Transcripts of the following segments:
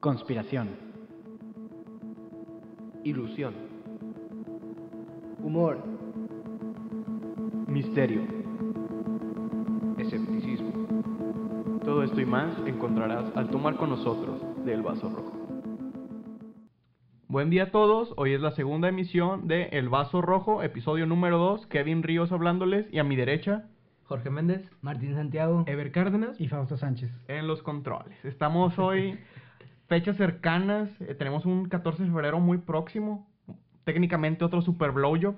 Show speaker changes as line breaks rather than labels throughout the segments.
Conspiración. Ilusión.
Humor.
Misterio.
Escepticismo. Todo esto y más encontrarás al tomar con nosotros del vaso rojo. Buen día a todos, hoy es la segunda emisión de El Vaso Rojo, episodio número 2, Kevin Ríos hablándoles y a mi derecha
Jorge Méndez,
Martín Santiago,
Ever Cárdenas
y Fausto Sánchez.
En los controles. Estamos hoy fechas cercanas, eh, tenemos un 14 de febrero muy próximo, técnicamente otro super blowjob.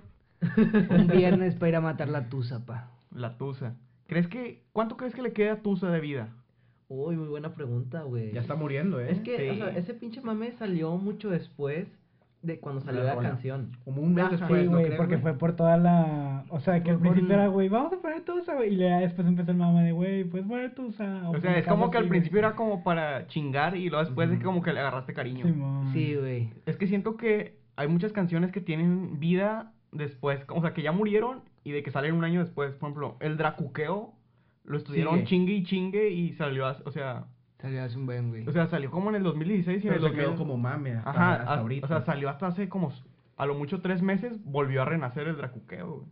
un viernes para ir a matar la tusa, pa.
La tusa. ¿Crees que cuánto crees que le queda a tusa de vida?
Uy, muy buena pregunta, güey.
Ya está muriendo, ¿eh?
Es que sí. o sea, ese pinche mame salió mucho después de cuando salió la, la canción.
Como un mes Ajá,
pues,
después,
sí, güey, ¿no porque wey? fue por toda la... O sea, que al principio el... era, güey, vamos a poner Tusa, güey. Y ya después empezó el mame de, güey, pues poner Tusa.
O, o sea, es como que al principio era como para chingar y luego después uh -huh. es que como que le agarraste cariño.
Sí, güey.
Sí, es que siento que hay muchas canciones que tienen vida después. O sea, que ya murieron y de que salen un año después. Por ejemplo, el Dracuqueo lo estuvieron sí, chingue y chingue y salió, o sea...
Salió hace un buen, güey.
O sea, salió como en el 2016 y en el
2000... quedó como mame hasta, Ajá, hasta
a,
ahorita.
ah, O sea, salió hasta hace como a lo mucho tres meses, volvió a renacer el dracuqueo, güey.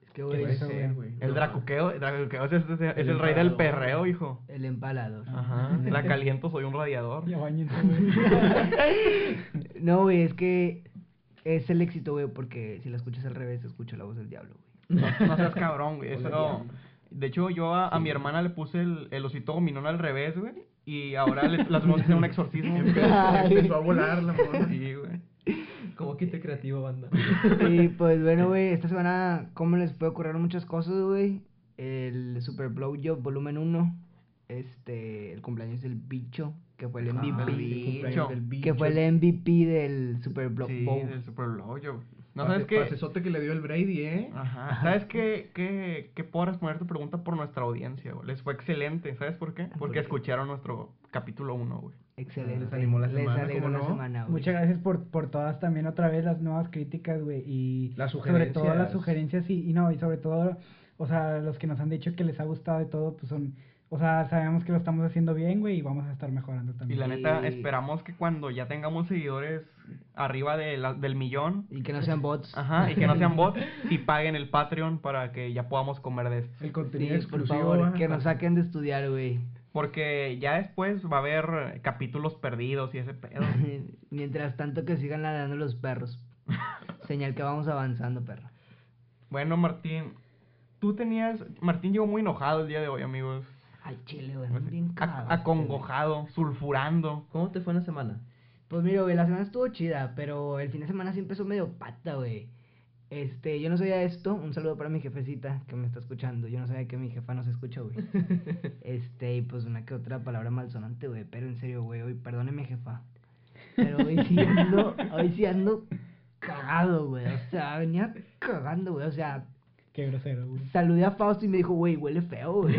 Es que, güey, es
el, güey? el no. dracuqueo, el dracuqueo es, es, es el, el, el rey del perreo, hijo.
El empalador.
Ajá. La caliento, soy un radiador.
Ya bañito,
güey. no, güey, es que es el éxito, güey, porque si la escuchas al revés, escucha la voz del diablo, güey.
No, no seas cabrón, güey. Eso no. De hecho, yo a, a sí. mi hermana le puse el, el osito dominón al revés, güey. Y ahora le, las vamos a hacer un exorcismo.
Empezó, a volar la mona.
Sí, güey.
Como quite creativo, banda.
Y pues bueno, güey, esta semana, ¿cómo les puede ocurrir muchas cosas, güey? El Super Blow Job Volumen 1. Este, el cumpleaños del bicho, que fue el MVP. Ah, el bicho. Bicho. Que fue el MVP del Super Blow
Sí,
Bowl.
del Super Blow Job. No sabes qué.
Pasesote que le dio el Brady, ¿eh?
Ajá. ¿Sabes qué, qué, qué puedo responder tu pregunta por nuestra audiencia? Güey? Les fue excelente, ¿sabes por qué? Porque ¿Por qué? escucharon nuestro capítulo 1, güey.
Excelente.
Les animó la semana, Les ¿cómo la no? semana
güey. Muchas gracias por, por todas también otra vez las nuevas críticas, güey, y
las sugerencias.
sobre todo las sugerencias y, y no, y sobre todo, o sea, los que nos han dicho que les ha gustado de todo, pues son o sea, sabemos que lo estamos haciendo bien, güey, y vamos a estar mejorando también.
Y la neta, esperamos que cuando ya tengamos seguidores arriba de la, del millón.
Y que no sean bots.
Ajá, y que no sean bots. y paguen el Patreon para que ya podamos comer de esto.
El contenido sí, exclusivo.
Por
¿eh?
favor, que nos saquen de estudiar, güey.
Porque ya después va a haber capítulos perdidos y ese pedo.
Mientras tanto, que sigan ladrando los perros. Señal que vamos avanzando, perro.
Bueno, Martín. Tú tenías. Martín llegó muy enojado el día de hoy, amigos.
Al chile,
Pues
güey. Bien
caro, Acongojado, güey. sulfurando.
¿Cómo te fue en la semana?
Pues mira, güey, la semana estuvo chida, pero el fin de semana sí empezó medio pata, güey. Este, yo no sabía esto. Un saludo para mi jefecita que me está escuchando. Yo no sabía que mi jefa nos escucha, güey. este, y pues una que otra palabra malsonante, güey. Pero en serio, güey, hoy perdóneme, jefa. Pero hoy sí ando, hoy sí ando cagado, güey. O sea, venía cagando, güey. O sea,
Qué grosero, güey.
Saludé a Fausto y me dijo, güey, huele feo, güey.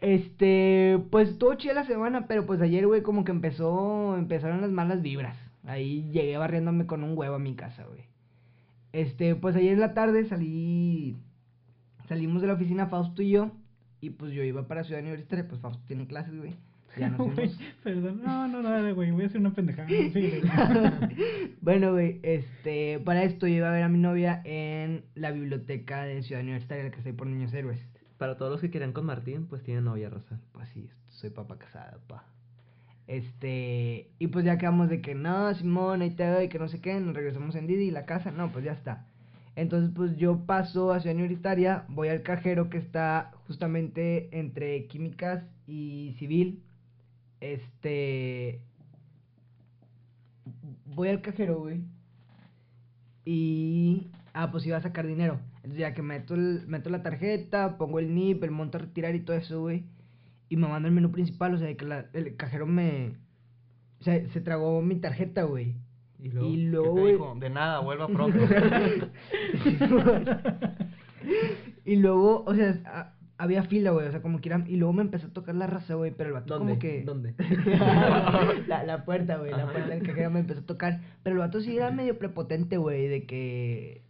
este, pues todo chida la semana, pero pues ayer, güey, como que empezó, empezaron las malas vibras. Ahí llegué barriéndome con un huevo a mi casa, güey. Este, pues ayer en la tarde salí, salimos de la oficina Fausto y yo, y pues yo iba para Ciudad Universitaria, pues Fausto tiene clases, güey. Ya nos
güey, perdón, no, no, dale, güey, voy a hacer una pendejada. Sí,
bueno, güey, este, para esto yo iba a ver a mi novia en la biblioteca de Ciudad Universitaria, la que estoy por Niños Héroes.
Para todos los que quieran con Martín, pues tiene novia, Rosa.
Pues sí, soy papá casada, pa. Este, y pues ya quedamos de que no, Simón, ahí te doy, que no sé qué, nos regresamos en Didi y la casa, no, pues ya está. Entonces, pues yo paso a Ciudad Universitaria, voy al cajero que está justamente entre Químicas y Civil, este. Voy al cajero, güey. Y. Ah, pues iba a sacar dinero. Entonces, ya que meto, el, meto la tarjeta, pongo el NIP, el monto a retirar y todo eso, güey. Y me manda el menú principal, o sea, que la, el cajero me. O sea, se tragó mi tarjeta, güey.
Y luego. Y luego ¿qué te dijo? De nada, vuelva pronto.
Este, y luego, o sea. A, había fila, güey, o sea, como quieran. Y luego me empezó a tocar la raza, güey, pero el vato
¿Dónde?
como que.
¿Dónde?
la, la, puerta, güey, la puerta del cajero me empezó a tocar. Pero el vato sí era medio prepotente, güey, de que.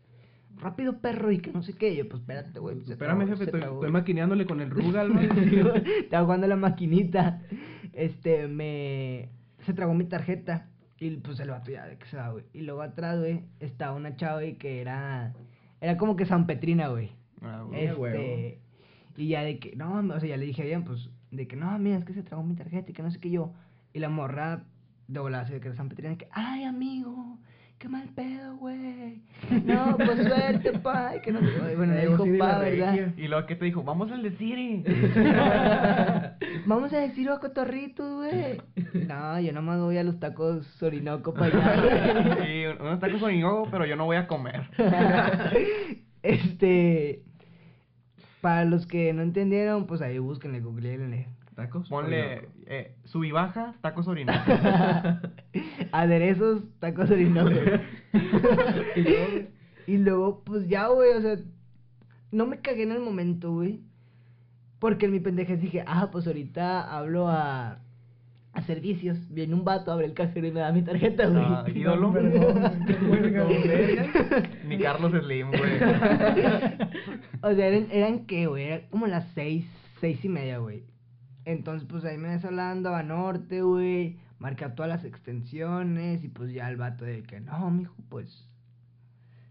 rápido perro y que no sé qué. Y yo, pues espérate, güey. pues, se
Espérame,
trabó,
jefe,
se
estoy,
trabó".
estoy maquineándole con el Rugal, man.
Estaba jugando a la maquinita. Este, me. Se tragó mi tarjeta. Y pues el vato ya de que se va, güey. Y luego atrás, güey, estaba una chava, güey, que era. Era como que San Petrina, güey.
Ah, güey.
Eh. huevo.
Este, y ya de que, no, o sea, ya le dije bien, pues, de que no, mira, es que se tragó mi tarjeta y que no sé qué yo. Y la morra doblada así de que era San Petrina, que, ay, amigo, qué mal pedo, güey. No, pues suerte, pa. y que no sé qué. Bueno, le
Algo
dijo
así de
pa,
la
¿verdad?
regia.
Y luego que te dijo, vamos al de Siri.
Vamos a decirlo a cotorritos, güey. No, yo nomás voy a los tacos Sorinoco para allá. güey.
sí, unos tacos con hinojo, pero yo no voy a comer.
este. Para los que no entendieron, pues ahí búsquenle, googleenle.
¿Tacos?
Ponle
Orinoco.
eh, sub y baja, tacos orinados.
Aderezos, tacos orinoco.
Y luego-
y luego, pues ya, güey, o sea, no me cagué en el momento, güey. Porque en mi pendejez dije, ah, pues ahorita hablo a, a servicios. Viene un vato, abre el cajero y me da mi tarjeta, güey.
Ah, ídolo.
Perdón, qué verga, güey.
Ni Carlos Slim, güey.
O sea, eran, eran qué, güey, eran como las seis, seis y media, güey. Entonces, pues ahí me ves hablando a norte, güey. Marca todas las extensiones y pues ya el vato de que, no, mijo, pues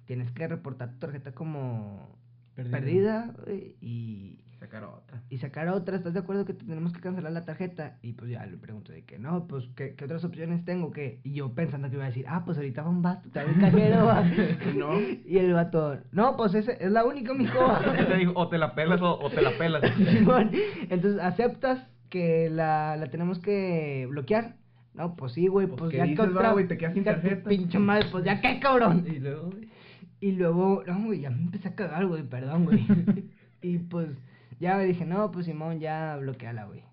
tienes que reportar tu tarjeta como
Perdida.
perdida, güey, y,
Sacar otra.
y sacar otra. ¿Estás de acuerdo que tenemos que cancelar la tarjeta? Y pues ya le pregunto de que, no, pues, ¿qué, qué otras opciones tengo? que Y yo pensando que iba a decir, ah, pues ahorita va un vato, te abre el cajero, va.
No.
Y el vato, no, pues ese es la única, mijo.
Él te dijo, o te la pelas o, o te la pelas.
Simón. Entonces, ¿aceptas que la, la tenemos que bloquear? No, pues sí, güey,
Pues,
pues
¿qué
ya
dices,
que
va,
otra...
güey? Te quedas sin
Hija de tu
tarjeta.
Pinche madre, pues ya qué, cabrón.
Y luego, güey.
Y luego, no, güey, ya me empecé a cagar, güey, perdón, güey. y pues, ya me dije, no, pues Simón, ya bloqueala, güey.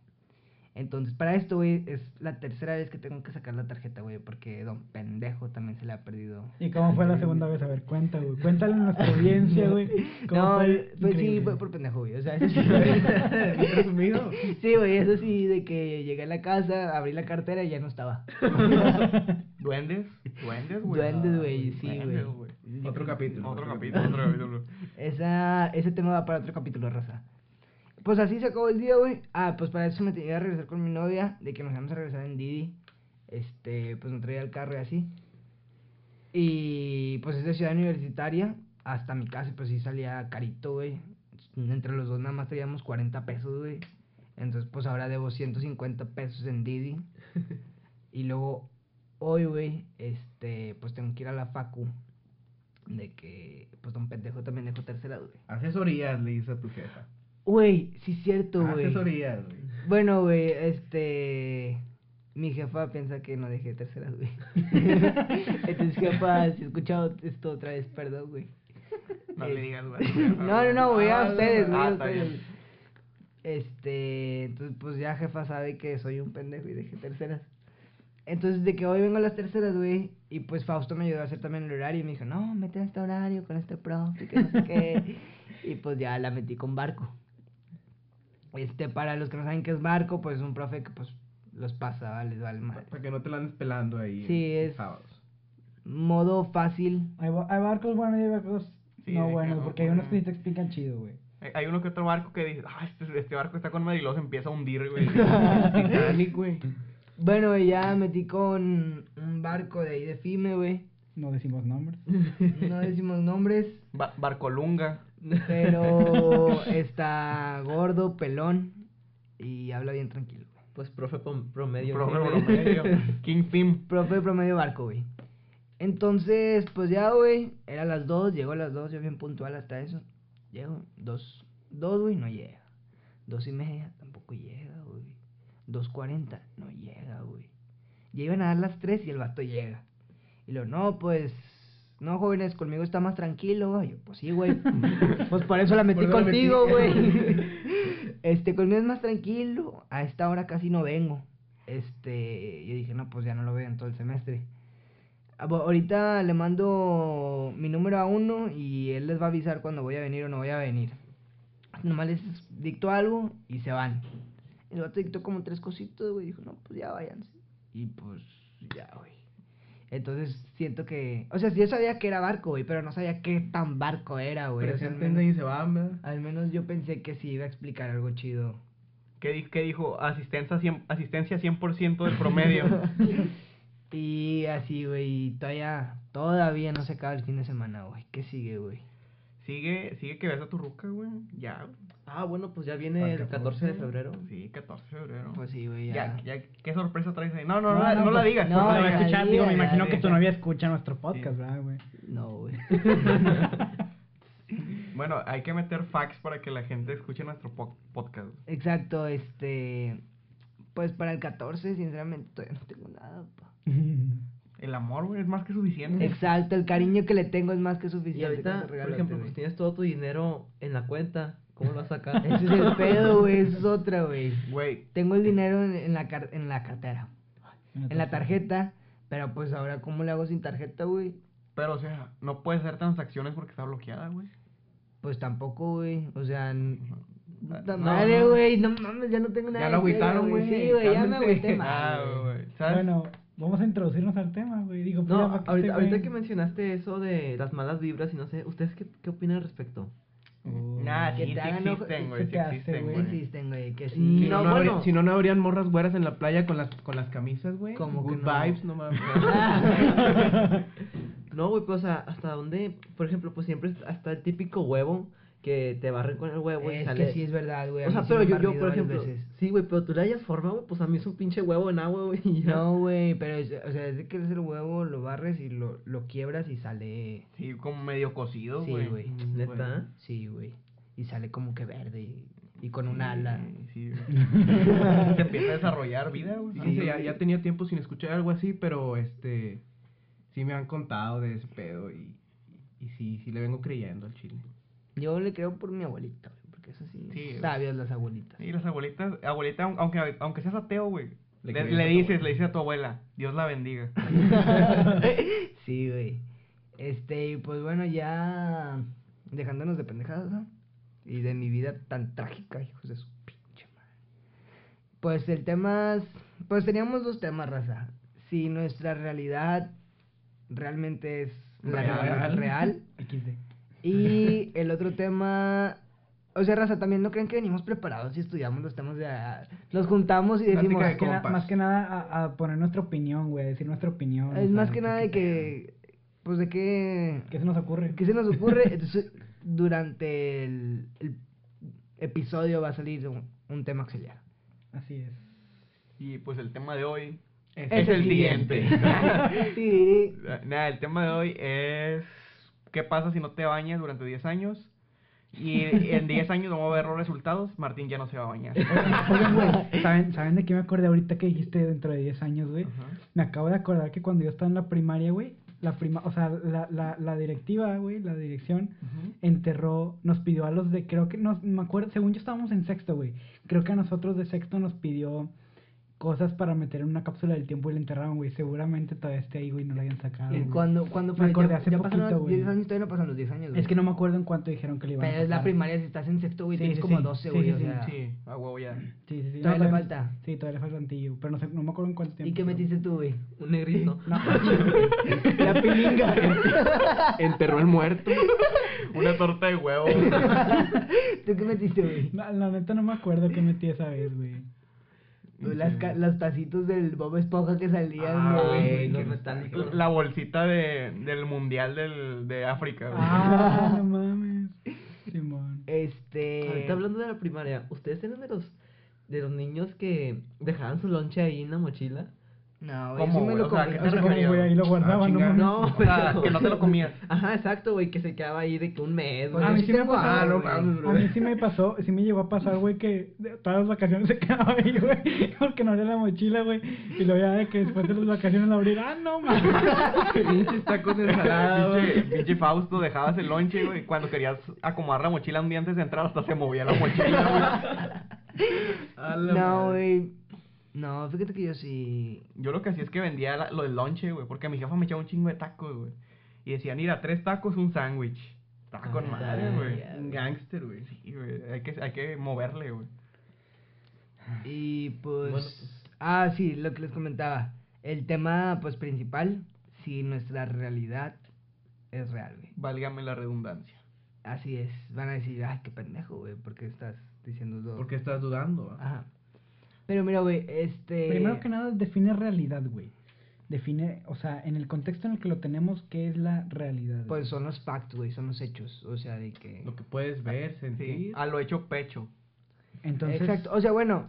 Entonces, para esto, güey, es la tercera vez que tengo que sacar la tarjeta, güey, porque don pendejo también se la ha perdido.
¿Y cómo fue la segunda vez? A ver, cuenta, güey. Cuéntale a nuestra audiencia, güey. cómo
No,
fue.
pues sí,
Increíble.
fue por pendejo, güey. O sea, eso sí.
Muy presumido.
Sí, güey, eso sí, de que llegué a la casa, abrí la cartera y ya no estaba.
¿Duendes? ¿Duendes, güey?
Duendes,
Ah,
güey, sí,
duendes,
güey.
Otro capítulo.
Otro capítulo, otro capítulo.
Esa, ese tema va para otro capítulo, raza. Pues así se acabó el día, güey. Ah, pues para eso me tenía que regresar con mi novia, de que nos íbamos a regresar en Didi. Este, pues me traía el carro y así. Y pues es de ciudad universitaria, hasta mi casa, pues sí salía carito, güey. Entre los dos nada más teníamos 40 pesos, güey. Entonces, pues ahora debo 150 pesos en Didi. y luego, hoy, güey, este, pues tengo que ir a la facu. De que, pues, don pendejo también dejó tercera, güey.
Asesorías, le dice a tu jefa.
Güey, sí es cierto,
Ah,
güey.
Asesorías, güey.
Bueno, güey, este... Mi jefa piensa que no dejé tercera, güey. Entonces, jefa, si he escuchado esto otra vez, perdón, güey.
No
Eh,
le digas, güey.
No, no, no, güey,
Ah,
a ustedes, güey,
ah,
a
está bien.
ustedes. Este, entonces, pues ya jefa sabe que soy un pendejo y dejé terceras. Entonces, de que hoy vengo a las terceras, güey, y pues Fausto me ayudó a hacer también el horario y me dijo, no, mete a este horario con este profe, que no sé qué. y pues ya la metí con barco. Este, para los que no saben qué es barco, pues es un profe que pues los pasa, ¿vale? les vale madre.
Para que no te la andes pelando ahí.
Sí,
en
es-
Sábados.
Modo fácil.
Hay, ba- hay barcos buenos y hay barcos
Sí,
no
de
buenos,
que-
porque hay unos que sí te explican chido, güey.
Hay- Hay uno que otro barco que dice, ah, este, este barco está con madre y luego se empieza a hundir, güey. Titanic, güey.
Bueno, y ya metí con un barco de ahí de FIME, güey.
No decimos nombres.
No decimos nombres.
Ba- barcolunga.
Pero está gordo, pelón y habla bien tranquilo. güey.
Pues profe pom- promedio.
Profe promedio. King Pim.
Profe promedio barco, güey. Entonces, pues ya, güey, era las 2, llegó a las 2, yo bien puntual hasta eso. Llego, 2, 2, güey, no llega. 2 y media, tampoco llega, güey. 2.40, no llega, güey. Ya iban a dar las 3 y el vato llega. Y lo, no, pues, no, jóvenes, conmigo está más tranquilo, güey. Yo, Pues sí, güey. pues por eso la metí
Por eso la metí.
contigo, güey. Este, conmigo es más tranquilo. A esta hora casi no vengo. Este, yo dije, no, pues ya no lo veo en todo el semestre. Ah, bo- Ahorita le mando mi número a uno y él les va a avisar cuando voy a venir o no voy a venir. Nomás les dictó algo y se van. El vato dictó como tres cositos, güey. Dijo, no, pues ya váyanse. Y pues ya, güey. Entonces siento que. O sea, yo sabía que era barco, güey, pero no sabía qué tan barco era, güey.
Pero
O sea,
se
al
entiende
menos-
y se va, ¿verdad?
al menos yo pensé que sí iba a explicar algo chido.
¿Qué, di- qué dijo? Asistencia, cien- asistencia 100% del promedio.
Y así, güey, todavía, todavía no se acaba el fin de semana, güey. ¿Qué sigue, güey?
sigue, sigue que ves a tu ruca, güey. Ya. güey.
Ah, bueno, pues ya viene
Para
el 14 de febrero.
Sí, 14 de febrero.
Pues sí, güey, ya.
ya. Ya, ¿Qué sorpresa traes ahí? No, no, no,
No,
la-
no,
no la
pues,
digas.
no,
porque
la
la
voy a
digas.
escuchar.
escuchar, digo, me
diga,
imagino que
diga.
tu novia escucha nuestro podcast, ¿verdad, güey?
No, güey.
Bueno, hay que meter fax para que la gente escuche nuestro po- podcast.
Exacto, este. Pues para el 14, sinceramente, todavía no tengo nada, pa.
El amor, güey, es más que suficiente.
Exacto, el cariño que le tengo es más que suficiente.
Y ahorita,
con ese
por ejemplo,
regalote,
pues
güey.
tienes todo tu dinero en la cuenta. ¿Cómo lo vas a sacar?
Ese es el pedo, güey, esa es otra, güey.
Güey,
Tengo el dinero en, en la, car- en la cartera, en la
tarjeta.
tarjeta, pero pues ahora, ¿cómo le hago sin tarjeta, güey?
pero o sea, no puedes hacer transacciones porque está bloqueada, güey.
Pues tampoco, güey. O sea, n- puta
No,
madre,
no.
güey. No, mames, ya no tengo nada.
Ya
de
lo agüitaron,
feria,
güey.
Sí, güey, ya me
cálmense.
agüité
Ah,
mal. güey.
güey, ¿sabes?
Bueno, vamos a introducirnos al tema, güey. Digo, pues
No,
ya, ¿para qué
ahorita,
este
ahorita
güey?
que mencionaste eso de las malas vibras y no sé, ¿ustedes qué, qué opinan al respecto?
Oh.
Nah,
que
sí,
te
sí
hagan ojo-
¿qué
existen, güey. Sí
te hace,
existen,
Sí
güey?
güey.
existen, güey, que
Mm,
sí.
Si no,
No,
no habría-
bueno.
si no, no habrían morras güeras en la playa con las, con las camisas, güey.
¿Cómo que
Good
no?
vibes, no mames.
No, güey, pues o sea, hasta dónde, por ejemplo, pues siempre hasta el típico huevo que te barren con el huevo y
es
sale.
que sí es verdad, güey. a
o sea,
mí sí
pero
me
yo,
han
yo,
barrido
por
varias
ejemplo,
veces.
sí, güey, pero tú le hayas forma, güey, pues a mí es un pinche huevo en agua, güey, y ya.
No, güey, pero, es- o sea, es de que es el huevo, lo barres y lo, lo quiebras y sale.
Sí, como medio cocido,
Sí,
güey. Pues,
güey.
pues, Neta.
Sí, güey. Y sale como que verde y, y con un ala.
Sí, güey. Se empieza a desarrollar vida, güey.
Fíjense, ya, ya tenía tiempo sin escuchar algo así, pero
pues,
este. Sí me han contado de ese pedo y. Y sí, sí le vengo creyendo al chile.
Yo le creo por mi abuelita, güey, porque es así.
Sí, güey.
sabias las abuelitas.
Sí, las abuelitas, abuelita, aun- aunque, aunque seas ateo, güey,
Le
le,
crees
le
a tu
dices,
abuela.
le dices a tu abuela, Dios la bendiga.
sí, güey. Este, y pues bueno, ya dejándonos de pendejadas, ¿no? Y de mi vida tan trágica, hijos de su pinche madre. Pues el tema, es- pues teníamos dos temas, raza. Si nuestra realidad realmente es la
Real.
realidad real.
XD.
Y el otro tema, o sea, raza, también no creen que venimos preparados y estudiamos los temas de... Los juntamos y decimos...
Plática de
Más que, na-
compas.
más que nada a, a poner nuestra opinión, güey, a decir nuestra opinión.
Es
o
más
sea,
que
qué-
nada de
qué
que. Pues de qué.
pedo. ¿Qué se nos ocurre?
¿Qué se nos ocurre? Entonces, durante el, el episodio va a salir un, un tema auxiliar.
Así es.
Y pues el tema de hoy es,
Es
el
el
siguiente.
Tiriri.
Nada, el tema de hoy es ¿qué pasa si no te bañas durante 10 años? Y en 10 años vamos a ver los resultados, Martín ya no se va a bañar.
Oigan, güey, ¿saben, ¿saben de qué me acordé ahorita que dijiste dentro de 10 años, güey?
Ajá.
Me acabo de acordar que cuando yo estaba en la primaria, güey, la prima, o sea, la, la, la directiva, güey, la dirección, enterró, nos pidió a los de, creo que, nos, me acuerdo, según yo estábamos en sexto, güey, creo que a nosotros de sexto nos pidió cosas para meter en una cápsula del tiempo y la enterraron, güey, seguramente todavía esté ahí, güey, no la hayan sacado.
¿Y
güey.
Eh, cuando, cuando
Me acordé hace
pasaron
poquito,
los
güey.
10 años, todavía no pasan los 10 años.
Es que no me acuerdo en cuánto dijeron que le iban a
Pero es la
sacar.
primaria, si estás en sexto, güey,
Sí,
tienes
sí,
como
sí.
12,
Sí,
güey.
sí,
o
sí,
sea.
Sí, a huevo ya.
Sí, sí, sí.
Todavía le
la-
falta.
Sí, todavía le falta tantillo, pero no, sé, no me acuerdo en cuánto tiempo.
¿Y qué
fue.
metiste tú, güey?
Un negrito.
No, pues,
La pilinga.
Eh,
Enterró el muerto.
Una torta de huevo.
¿Tú qué metiste, güey?
no, la neta no me acuerdo qué metí esa vez, güey.
Las, ca- los tacitos del Bob Esponja que salían,
Ah,
güey.
Güey, los
qué
metálicos.
La bolsita de, del mundial del, de África. güey.
Ah, no mames. Simón.
Este.
Ahorita hablando de la primaria, ¿ustedes eran de los de los niños que dejaban su lonche ahí en la mochila?
No, güey,
¿Cómo,
sí me
güey?
lo
O sea, ¿qué
comí.
te
Así como,
referías?
güey, ahí lo
Ah,
guardaban,
chinga.
no mames.
O
No,
sea, que no te lo comías.
Ajá, exacto, güey, que se quedaba ahí de que un mes,
Pues
güey.
A
yo
mí
sí
sí me
tengo
pasó,
hambre,
güey.
güey.
A mí sí me pasó, sí me llegó a pasar, güey, que de- todas las vacaciones se quedaba ahí, güey, porque no abría la mochila, güey, y luego ya de que después de las vacaciones la abrí, ah, no, mames.
Pinches tacos de ensalada,
Pinche,
güey.
pinche Fausto, dejabas el lonche, güey. y Cuando querías acomodar la mochila un día antes de entrar, hasta se movía la mochila, güey.
A la
No,
madre.
güey. No, fíjate que yo sí.
Yo lo que hacía es que vendía la- lo del lonche, güey. Porque mi jefa me echaba un chingo de tacos, güey. Y decía, mira, tres tacos, un sándwich. Está con
Ah,
madre,
ya,
güey.
ya.
Un gangster, güey.
Sí, güey. Hay que, hay que moverle, güey.
Y pues...
Bueno, pues.
Ah, sí, lo que les comentaba. El tema, pues, principal si nuestra realidad es real, güey.
Válgame la redundancia.
Así es. Van a decir, ay, qué pendejo, güey, ¿por qué estás diciendo todo?
Porque estás dudando. ah?
Ajá. Pero mira, güey, este...
Primero que nada, define realidad, güey. Define, o sea, en el contexto en el que lo tenemos, ¿qué es la realidad? güey?
Pues son los facts, güey, son los hechos. O sea, de que...
Lo que puedes ver, sentir.
A lo hecho pecho.
entonces,
Exacto. O sea, bueno,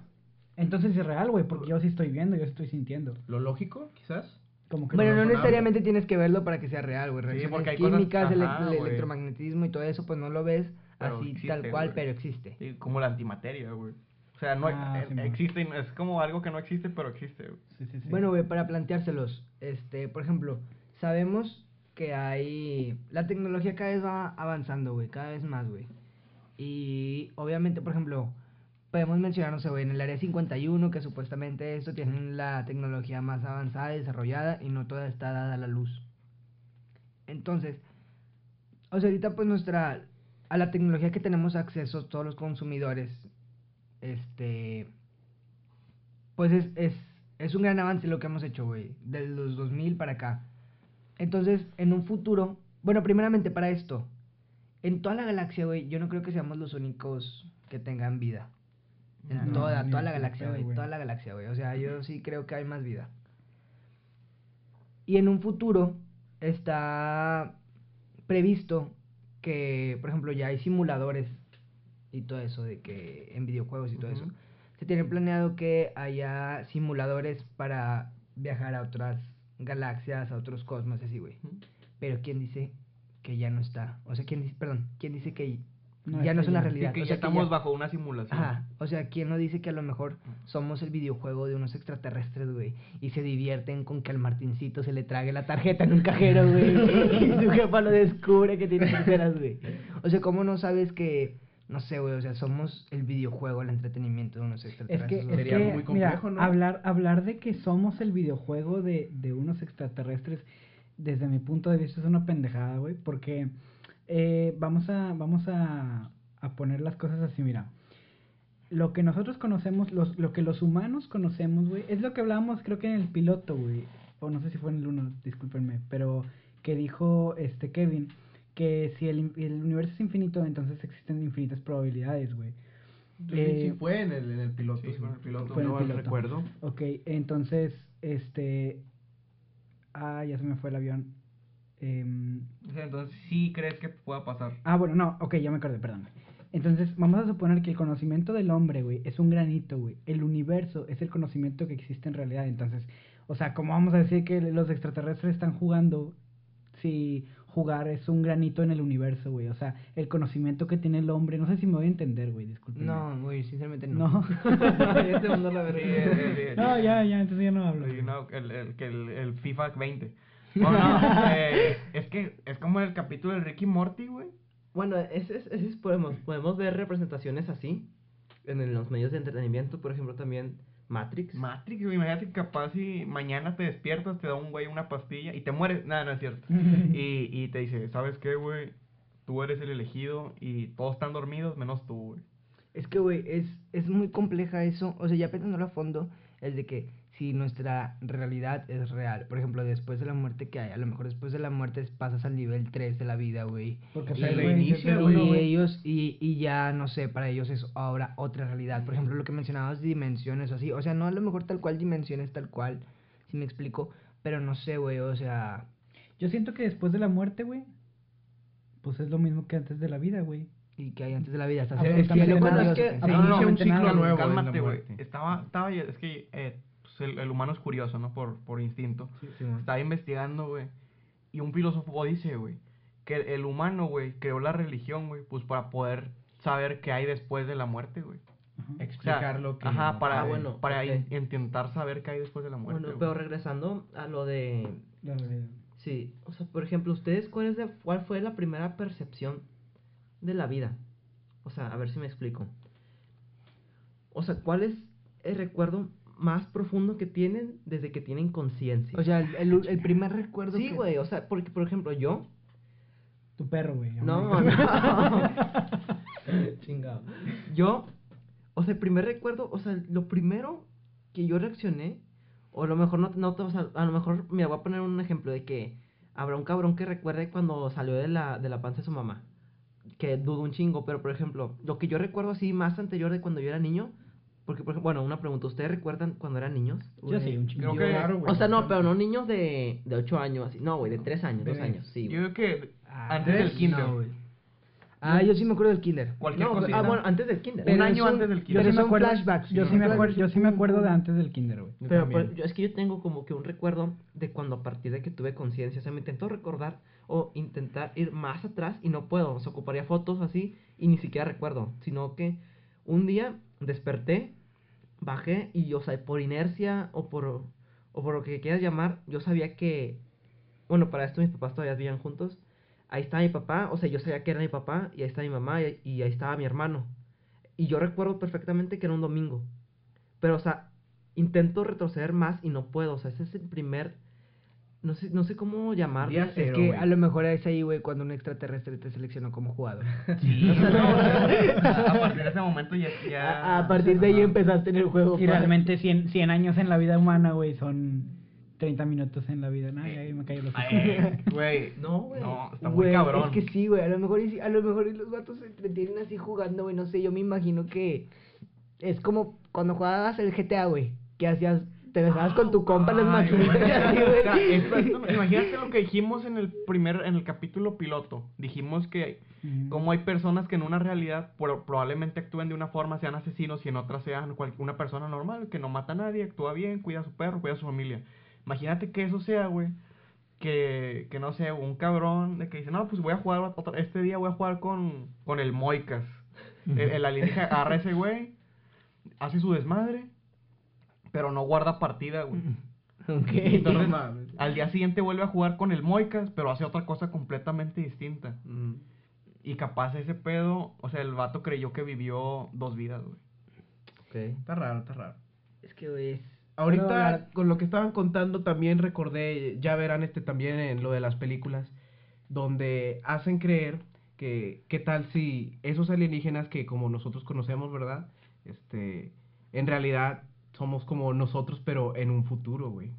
entonces es real, güey, porque yo sí estoy viendo, yo sí estoy sintiendo.
Lo lógico, quizás.
Como que
Bueno,
no-
no
razonable.
necesariamente tienes que verlo para que sea real, güey.
Sí,
Reacciones
porque hay cosas-
químicas, el,
ajá,
el
güey.
electromagnetismo y todo eso, pues no lo ves
Pero
así
existe,
tal cual,
güey.
pero existe.
Sí, Como la antimateria, güey. O sea, no
Ah,
eh,
Simón.
existe, y no- es como algo que no existe, pero existe, güey.
Sí, sí, sí.
Bueno, güey, para planteárselos, este, por ejemplo, sabemos que hay la tecnología cada vez va avanzando, güey, cada vez más, güey. Y obviamente, por ejemplo, podemos mencionar, no sé, güey, en el área 51 que supuestamente esto tienen la tecnología más avanzada, y desarrollada y no toda está dada a la luz. Entonces, o sea, ahorita pues nuestra a la tecnología que tenemos acceso todos los consumidores este pues es, es, es un gran avance lo que hemos hecho, güey, de los 2000 para acá. Entonces, en un futuro, bueno, primeramente para esto, en toda la galaxia, güey, yo no creo que seamos los únicos que tengan vida. En
No,
toda,
ni
toda la
de
galaxia,
pedo,
güey,
güey.
toda la galaxia, güey. O sea, yo sí creo que hay más vida. Y en un futuro está previsto que, por ejemplo, ya hay simuladores y todo eso, de que en videojuegos y todo eso
Ujú.
se tiene planeado que haya simuladores para viajar a otras galaxias, a otros cosmos, así, güey.
Ujú.
Pero ¿quién dice que ya no está? O sea, ¿quién dice, perdón, quién dice que
No
ya no
está
es una
ya.
Sí,
realidad?
que
o
ya
sea, que
estamos
ya-
bajo una simulación.
Ajá, o sea, ¿quién no dice que a lo mejor somos el videojuego de unos extraterrestres, güey? Y se divierten con que al Martincito se le trague la tarjeta en un cajero, güey. y su jefa lo descubre que tiene terceras, güey. O sea, ¿cómo no sabes que, no sé, güey, o sea, somos el videojuego, el entretenimiento de unos
Es que,
extraterrestres?
es
güey?
Sería
que,
muy complejo,
mira,
¿no?
hablar, hablar de que somos el videojuego de, de unos extraterrestres, desde mi punto de vista, es una pendejada, güey, porque eh, vamos, a, vamos a, a poner las cosas así, mira. Lo que nosotros conocemos, los, lo que los humanos conocemos, güey, es lo que hablábamos creo que en el piloto, güey, o no sé si fue en el uno, discúlpenme, pero que dijo este Kevin, que si el, in- el universo es infinito, entonces existen infinitas probabilidades, güey.
Sí,
Eh,
sí, fue en el, en el piloto.
Sí, con el piloto.
Fue en el
no, no
piloto.
recuerdo.
Ok, entonces, este... Ah, ya se me fue el avión. Em,
O sea, entonces sí crees que pueda pasar.
ah, bueno, no, ok, ya me acordé, perdón. Entonces, vamos a suponer que el conocimiento del hombre, güey, es un granito, güey. El universo es el conocimiento que existe en realidad. Entonces, o sea, ¿cómo vamos a decir que los extraterrestres están jugando si jugar es un granito en el universo, güey? O sea, el conocimiento que tiene el hombre, no sé si me voy a entender, güey, disculpen.
No, güey, sinceramente no.
no.
Este mundo la
Sí, sí, sí,
verga.
sí.
no, ya, ya, entonces ya no hablo.
Sí, no, el, el, que el, el FIFA 20. No, no, eh, es que es como el capítulo del Ricky Morty, güey.
Bueno, ese es, ese es- podemos, podemos ver representaciones así en, en los medios de entretenimiento, por ejemplo, también Matrix.
Matrix, güey, imagínate que capaz si mañana te despiertas, te da un güey una pastilla y te mueres. Nada, no es cierto. Y, y te dice, ¿sabes qué, güey? Tú eres el elegido y todos están dormidos menos tú, güey.
Es que, güey, es, es muy compleja eso. O sea, ya pensándolo a fondo, es de que si nuestra realidad es real, por ejemplo, después de la muerte que hay, a lo mejor después de la muerte pasas al nivel 3 de la vida, güey.
Porque
Y-
se
Y,
reinicia,
güey.
ellos, y, y ya, no sé, para ellos es ahora otra realidad. Por ejemplo, lo que mencionabas, dimensiones o así. O sea, no a lo mejor tal cual dimensiones, tal cual, si me explico. Pero no sé, güey, o sea...
Yo siento que después de la muerte, güey, pues es lo mismo que antes de la vida, güey.
Y que hay antes de la vida. Hasta
Ah,
hacer-
bueno, también
cielo
de
con
nada,
Dios,
es que-
en
ah,
fin.
no,
Inicia un
absolutamente
ciclo
nada.
nuevo. en la
Cálmate, güey.
muerte.
Estaba, estaba, yo- es que eh, pues, el, el humano es curioso, ¿no? Por, por instinto.
Sí, mon.
Estaba investigando, güey. Y un filósofo dice, güey, que el, el humano, güey, creó la religión, güey, pues para poder saber qué hay después de la muerte, güey. O sea,
Explicar lo que.
Ajá,
no
para,
Ah,
sabe.
bueno,
para
ok.
in- intentar saber qué hay después de la muerte.
Bueno,
güey.
pero regresando a lo de
La realidad.
Sí, o sea, por ejemplo, ¿ustedes cuál, es la- cuál fue la primera percepción de la vida? O sea, a ver si me explico. O sea, ¿cuál es el recuerdo más profundo que tienen desde que tienen conciencia?
Este,
O sea, el, el- el primer recuerdo
sí,
que-
güey, o sea, porque, por ejemplo, yo...
Tu perro, güey.
No,
hombre.
no. Chingado. Yo, o sea, el primer recuerdo, o sea, lo primero que yo reaccioné O a lo mejor no, no te vas a... A lo mejor, mira, voy a poner un ejemplo de que habrá un cabrón que recuerde cuando salió de la, de la panza de su mamá. Que dudo un chingo, pero por ejemplo, lo que yo recuerdo así más anterior de cuando yo era niño, porque por ejemplo, bueno, una pregunta, ¿ustedes recuerdan cuando eran niños?
Yo sí, un
Creo
chingo.
que-
o sea, no, pero no niños de, de 8 años, así. No, güey, de 3 años, 2
Bebés.
años, sí. güey.
Yo creo que
Ah,
antes del
no,
kinder.
güey. ah, yo sí me acuerdo del kinder.
cualquier
No,
cosita.
ah, bueno, antes del kinder.
Pero
año
es
antes del
Yo
kinder.
sí
pero
me
son
acuerdo,
flashbacks,
yo
¿no?
sí me
Flashbacks.
acuerdo, yo sí me acuerdo de antes del kinder, güey.
Pero
también.
pues, yo- es que yo tengo como que un recuerdo de cuando a partir de que tuve conciencia, o sea, me intento recordar o intentar ir más atrás y no puedo, o sea, ocuparía fotos así y ni siquiera recuerdo, sino que un día desperté, bajé y, o sea, por inercia o por, o por lo que quieras llamar, yo sabía que, bueno, para esto mis papás todavía vivían juntos, ahí estaba mi papá, o sea, yo sabía que era mi papá y ahí estaba mi mamá y, y ahí estaba mi hermano. Y yo recuerdo perfectamente que era un domingo, pero, o sea, intento retroceder más y no puedo. O sea, ese es el primer. No sé, no sé cómo llamarlo.
Día
Es
Pero,
que
güey.
a lo mejor es ahí, güey, cuando un extraterrestre te seleccionó como jugador.
Sí, a partir de ese momento ya. ya-
A, a partir de ahí
Ajá.
empezaste en el juego.
Y
pa.
realmente 100, 100 años en la vida humana, güey, son 30 minutos en la vida. No, ya me cayó los
Ay, Güey.
No, güey.
No, está muy
Güey,
cabrón.
Es que sí, güey. A lo mejor, y sí- a lo mejor y los gatos se entretienen así jugando, güey. No sé, yo me imagino que es como cuando jugabas el GTA, güey. Que hacías, te dejabas con tu compa las
Ah, Ay,
maquinitas así,
güey. O sea, esto-
güey.
esto- Imagínate lo que dijimos en el primer, en el capítulo piloto. Dijimos que como hay personas que en una realidad pro- probablemente actúen de una forma, sean asesinos, y en otra sean cual- una persona normal, que no mata a nadie, actúa bien, cuida a su perro, cuida a su familia. Imagínate que eso sea, güey. Que, que no sé, un cabrón de que dice, no, pues voy a jugar, otra- este día voy a jugar con, con el Moicas. El, el alienígena agarra a ese güey, hace su desmadre, pero no guarda partida, güey.
Ok.
Entonces,
No mames.
al día siguiente vuelve a jugar con el Moicas, pero hace otra cosa completamente distinta.
Mm.
Y capaz ese pedo, o sea, el vato creyó que vivió dos vidas, güey.
Está raro, está raro.
Es que, güey, es...
Ahorita,
Pero, a ver.
con lo que estaban contando, también recordé, ya verán este también en lo de las películas, donde hacen creer que, qué tal si esos alienígenas que como nosotros conocemos, ¿verdad? Este, en realidad somos como nosotros, pero en un futuro, güey.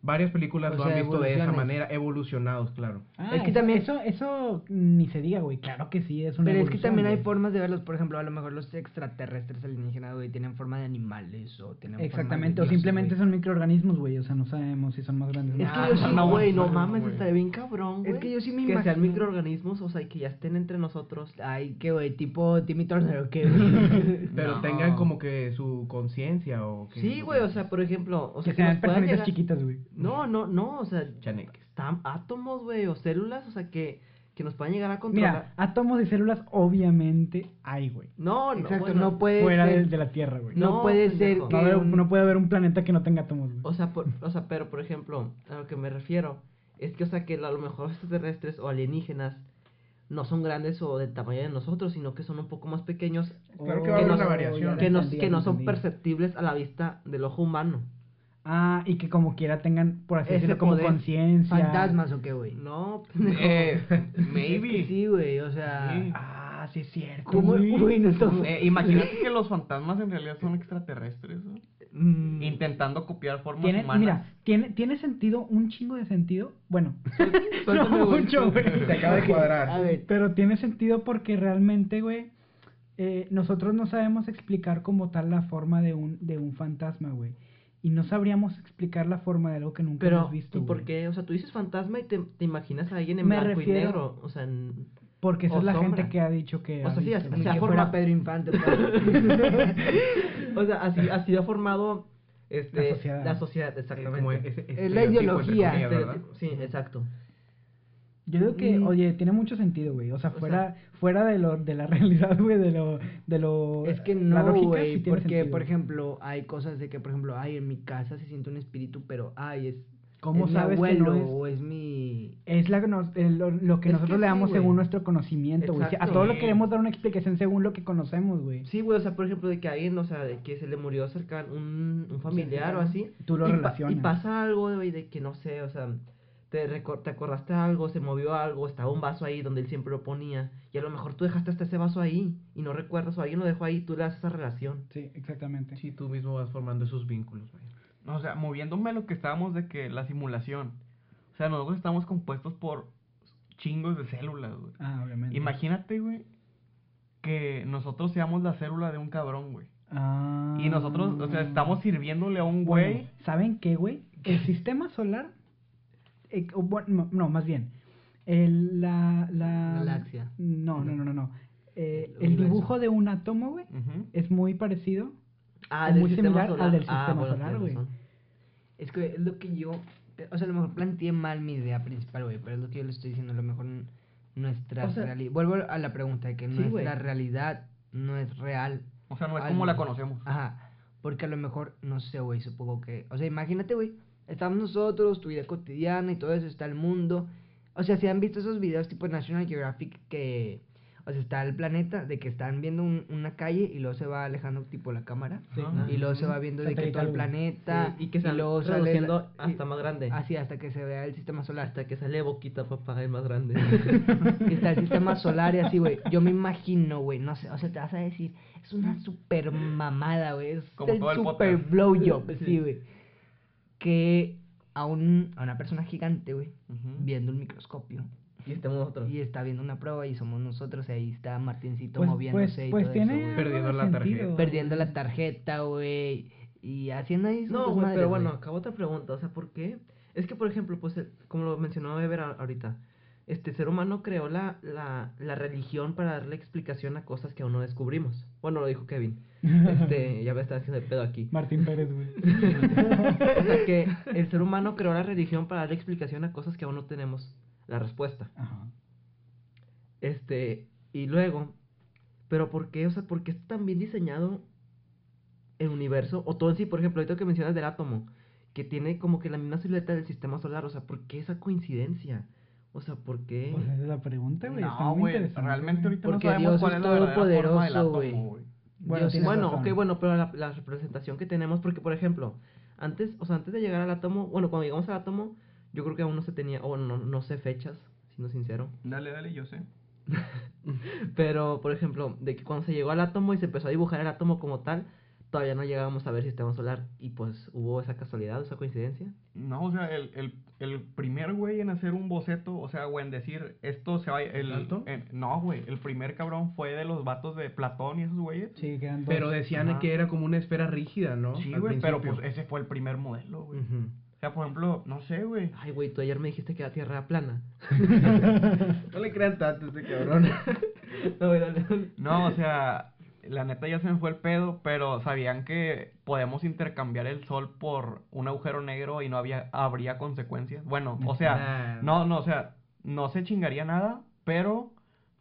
Varias películas
O
lo
sea,
han visto de esa
evoluciones.
manera, evolucionados, claro.
Ah,
es que también-
Eso, eso ni se diga, güey. Claro que sí, es una.
Pero es que
evolución,
también hay
güey.
formas de verlos. Por ejemplo, a lo mejor los extraterrestres alienígenas, güey, tienen forma de animales o tienen forma de
Exactamente, o
dioses,
simplemente
güey.
son microorganismos, güey. O sea, no sabemos si son más grandes. o
Es
Ah, no.
que yo sí,
no,
güey, no,
no,
mames,
güey.
estaría bien cabrón,
Es
güey.
que yo sí me
Que sean
imagino.
microorganismos, o sea, y que ya estén entre nosotros.
Ay, qué, güey, tipo Timmy Turner, ¿o qué? güey?
Pero
No.
tengan como que su conciencia o que...
Sí, güey, o sea, pues, por ejemplo, o sea,
que sean
nos puedan
personitas
llegar-
chiquitas, güey.
No, no, no, o sea,
Chaneques.
están átomos, güey, o células, o sea, que, que nos puedan llegar a controlar.
Mira, átomos y células obviamente hay, güey.
no, no,
Exacto,
bueno,
no puede
Fuera
ser...
de, de la Tierra, güey.
No,
No,
puede ser
pendejo.
que
No, haber-
un-
no puede haber un planeta que no tenga átomos, güey.
O sea, por- o sea, pero por ejemplo, a lo que me refiero es que, o sea, que a lo mejor extraterrestres o alienígenas no son grandes o del tamaño de nosotros, sino que son un poco más pequeños,
Oh,
Claro que
va a haber una
variación.
ya
que no,
entendí,
que
ya
no son
entendí.
perceptibles a la vista del ojo humano.
Ah, y que como quiera tengan, por así
Ese
decirlo, como
poder.
conciencia.
fantasmas o qué, güey.
No, pendejo.
Eh,
Es que
maybe.
sí, güey, o sea...
Sí.
Ah, sí es cierto.
¿Cómo?
güey.
Uy, no estamos...
Eh, imagínate que los fantasmas en realidad son extraterrestres, ¿no?
Mm,
intentando copiar formas
Tiene,
humanas.
mira, tiene, tiene sentido, un chingo de sentido. Bueno,
suéltame,
no
güey.
mucho, güey.
Te acaba de cuadrar.
A ver,
Pero tiene sentido porque realmente, güey, eh, nosotros no sabemos explicar como tal la forma de un, de un fantasma, güey. Y no sabríamos explicar la forma de algo que nunca
pero,
hemos visto.
¿y por
güey.
qué? O sea, tú dices fantasma y te, te imaginas a alguien en
Me
blanco y
refiero-
negro. O sea, en-
Porque esa
O
es la
sombra.
gente que ha dicho que.
O
ha
sea, sí,
visto,
así-
ni
o
güey.
sea,
que
forma-
fuera Pedro Infante. pues. pa.
o sea, así, así ha formado este,
La sociedad.
la sociedad,
Eh,
exactamente.
e-,
como ese
Es la
estereotipo, entre
ideología.
comillas, ¿verdad?
Estereotipo- sí, exacto.
Yo digo que,
Mm.
oye, tiene mucho sentido, güey. O sea,
O
fuera, fuera de lo, de la realidad, güey, de lo, de lo.
Es que
la
no,
lógica
güey,
sí tiene
porque,
sentido,
por
güey.
ejemplo, hay cosas de que, por ejemplo, ay, en mi casa se siente un espíritu, pero, ay, es,
¿Cómo
es
sabes
mi
que no
abuelo
es-
o es mi...
Es la, que nos- eh, lo, lo que
Es
nosotros
que
le
sí,
damos
güey.
según nuestro conocimiento, güey. Si A
Exacto.
todo lo
Sí.
queremos dar una explicación según lo que conocemos, güey.
Sí, güey, o sea, por ejemplo, de que alguien, o sea, de que se le murió cerca un, un familiar o así.
Tú lo
y pa-
relacionas.
y pasa algo, güey, de que no sé, o sea, te, recor- te acordaste algo, se movió algo, estaba un vaso ahí donde él siempre lo ponía. Y a lo mejor tú dejaste hasta ese vaso ahí y no recuerdas, o alguien lo dejó ahí, tú le das esa relación.
Sí, exactamente.
Sí, tú mismo vas formando esos vínculos, güey.
No, o sea, moviéndome a lo que estábamos de que la simulación. O sea, nosotros estamos compuestos por chingos de células, güey.
Ah, obviamente.
Imagínate, güey, que nosotros seamos la célula de un cabrón, güey.
Ah.
Y nosotros, o sea, estamos sirviéndole a un güey.
Bueno, ¿Saben qué, güey? El sistema solar. eh, o bueno, no, más bien. el- la, la.
Galaxia.
No, no, no, no. no. Eh,
El
el
universo.
dibujo de un átomo, güey,
Ujú.
es muy parecido.
Ah,
o
del
muy
sistema
similar
solar.
al del
Ah,
sistema
bueno,
solar,
tienes
güey.
razón.
Es que es lo que yo. O sea, a lo mejor planteé mal mi idea principal, güey. Pero es lo que yo le estoy diciendo. A lo mejor n- nuestra
O sea-
realidad. Vuelvo a la pregunta: de que
Sí,
nuestra
güey.
realidad no es real.
O sea, no es
Al- Ah,
como la conocemos.
Ajá. Porque a lo mejor, no sé, güey. Supongo que. O sea, imagínate, güey. Estamos nosotros, tu vida cotidiana y todo eso. Está el mundo. O sea, si han visto esos videos tipo National Geographic que. O sea, está el planeta de que están viendo un- una calle y luego se va alejando tipo la cámara.
Sí.
Y luego se va viendo de que todo el
Satelital, güey.
planeta.
Sí, y que se van
luego sale
reduciendo
la-
hasta más grande.
Así, hasta que se vea el sistema solar.
Hasta que sale boquita, papá, es más grande.
Que está el sistema solar y así, güey. Yo me imagino, güey. No sé, o sea, te vas a decir, es una super mamada, güey. Es
Como todo el
super
podcast.
blowjob,
Sí.
sí, güey. Que a, un, a una persona gigante, güey,
Ujú.
viendo un microscopio.
y estamos nosotros.
Y está viendo una prueba y somos nosotros. y Ahí está Martincito
Pues,
moviéndose
pues,
y
pues
todo
tiene.
eso, güey.
algo de
Perdiendo la tarjeta.
sentido.
Perdiendo la tarjeta, güey. Y haciendo ahí. sus
No, güey,
desmadres,
pero bueno, acá otra pregunta, o sea, ¿por qué? Es que, por ejemplo, pues, el- como lo mencionó Weber a- ahorita, este ser humano creó la, la, la religión para darle explicación a cosas que aún no descubrimos. Bueno, lo dijo Kevin. Este, ya me está haciendo el pedo aquí.
Martín Pérez, güey.
O sea, que el ser humano creó la religión para darle explicación a cosas que aún no tenemos la respuesta.
Ajá.
Este, y luego, pero ¿por qué? O sea, ¿por qué está tan bien diseñado el universo? O todo en sí, por ejemplo, ahorita que mencionas del átomo, que tiene como que la misma silueta del sistema solar, o sea, ¿por qué esa coincidencia? O sea, ¿por qué?
Pues esa es la pregunta, güey. está
No,
muy
güey,
interesante,
realmente
güey.
ahorita no
Porque
sabemos
Dios
cuál
es
es la verdadera forma del
todopoderoso,
átomo,
güey.
güey.
Bueno,
Dios
tienes
Bueno,
razón.
ok, bueno, pero la, la representación que tenemos, porque por ejemplo, antes, o sea, antes de llegar al átomo, bueno, cuando llegamos al átomo, yo creo que aún no se tenía, o no, no sé fechas, siendo sincero.
Dale, dale, yo sé.
Pero, por ejemplo, de que cuando se llegó al átomo y se empezó a dibujar el átomo como tal, todavía no llegábamos a ver sistema solar. Y pues hubo esa casualidad, esa coincidencia.
No, o sea, el, el, el primer güey en hacer un boceto, o sea, güey, en decir esto se va. El,
¿Platón?
el- no, güey, el primer cabrón fue de los vatos de Platón y esos güeyes.
Sí, quedan dos.
Pero decían
Ajá.
que era como una esfera rígida, ¿no?
Sí,
Al
güey, pero pues
principio. Mm.
ese fue el primer modelo, güey.
Ujú.
O sea, por ejemplo, no sé, güey.
Ay, güey, tú ayer me dijiste que la Tierra era plana.
No le crean tanto a este cabrón.
no, güey, dale, dale.
No, o sea, la neta ya se me fue el pedo, pero sabían que podemos intercambiar el sol por un agujero negro y no había, habría consecuencias. Bueno, o sea,
Nah.
no, no, o sea, no se chingaría nada, pero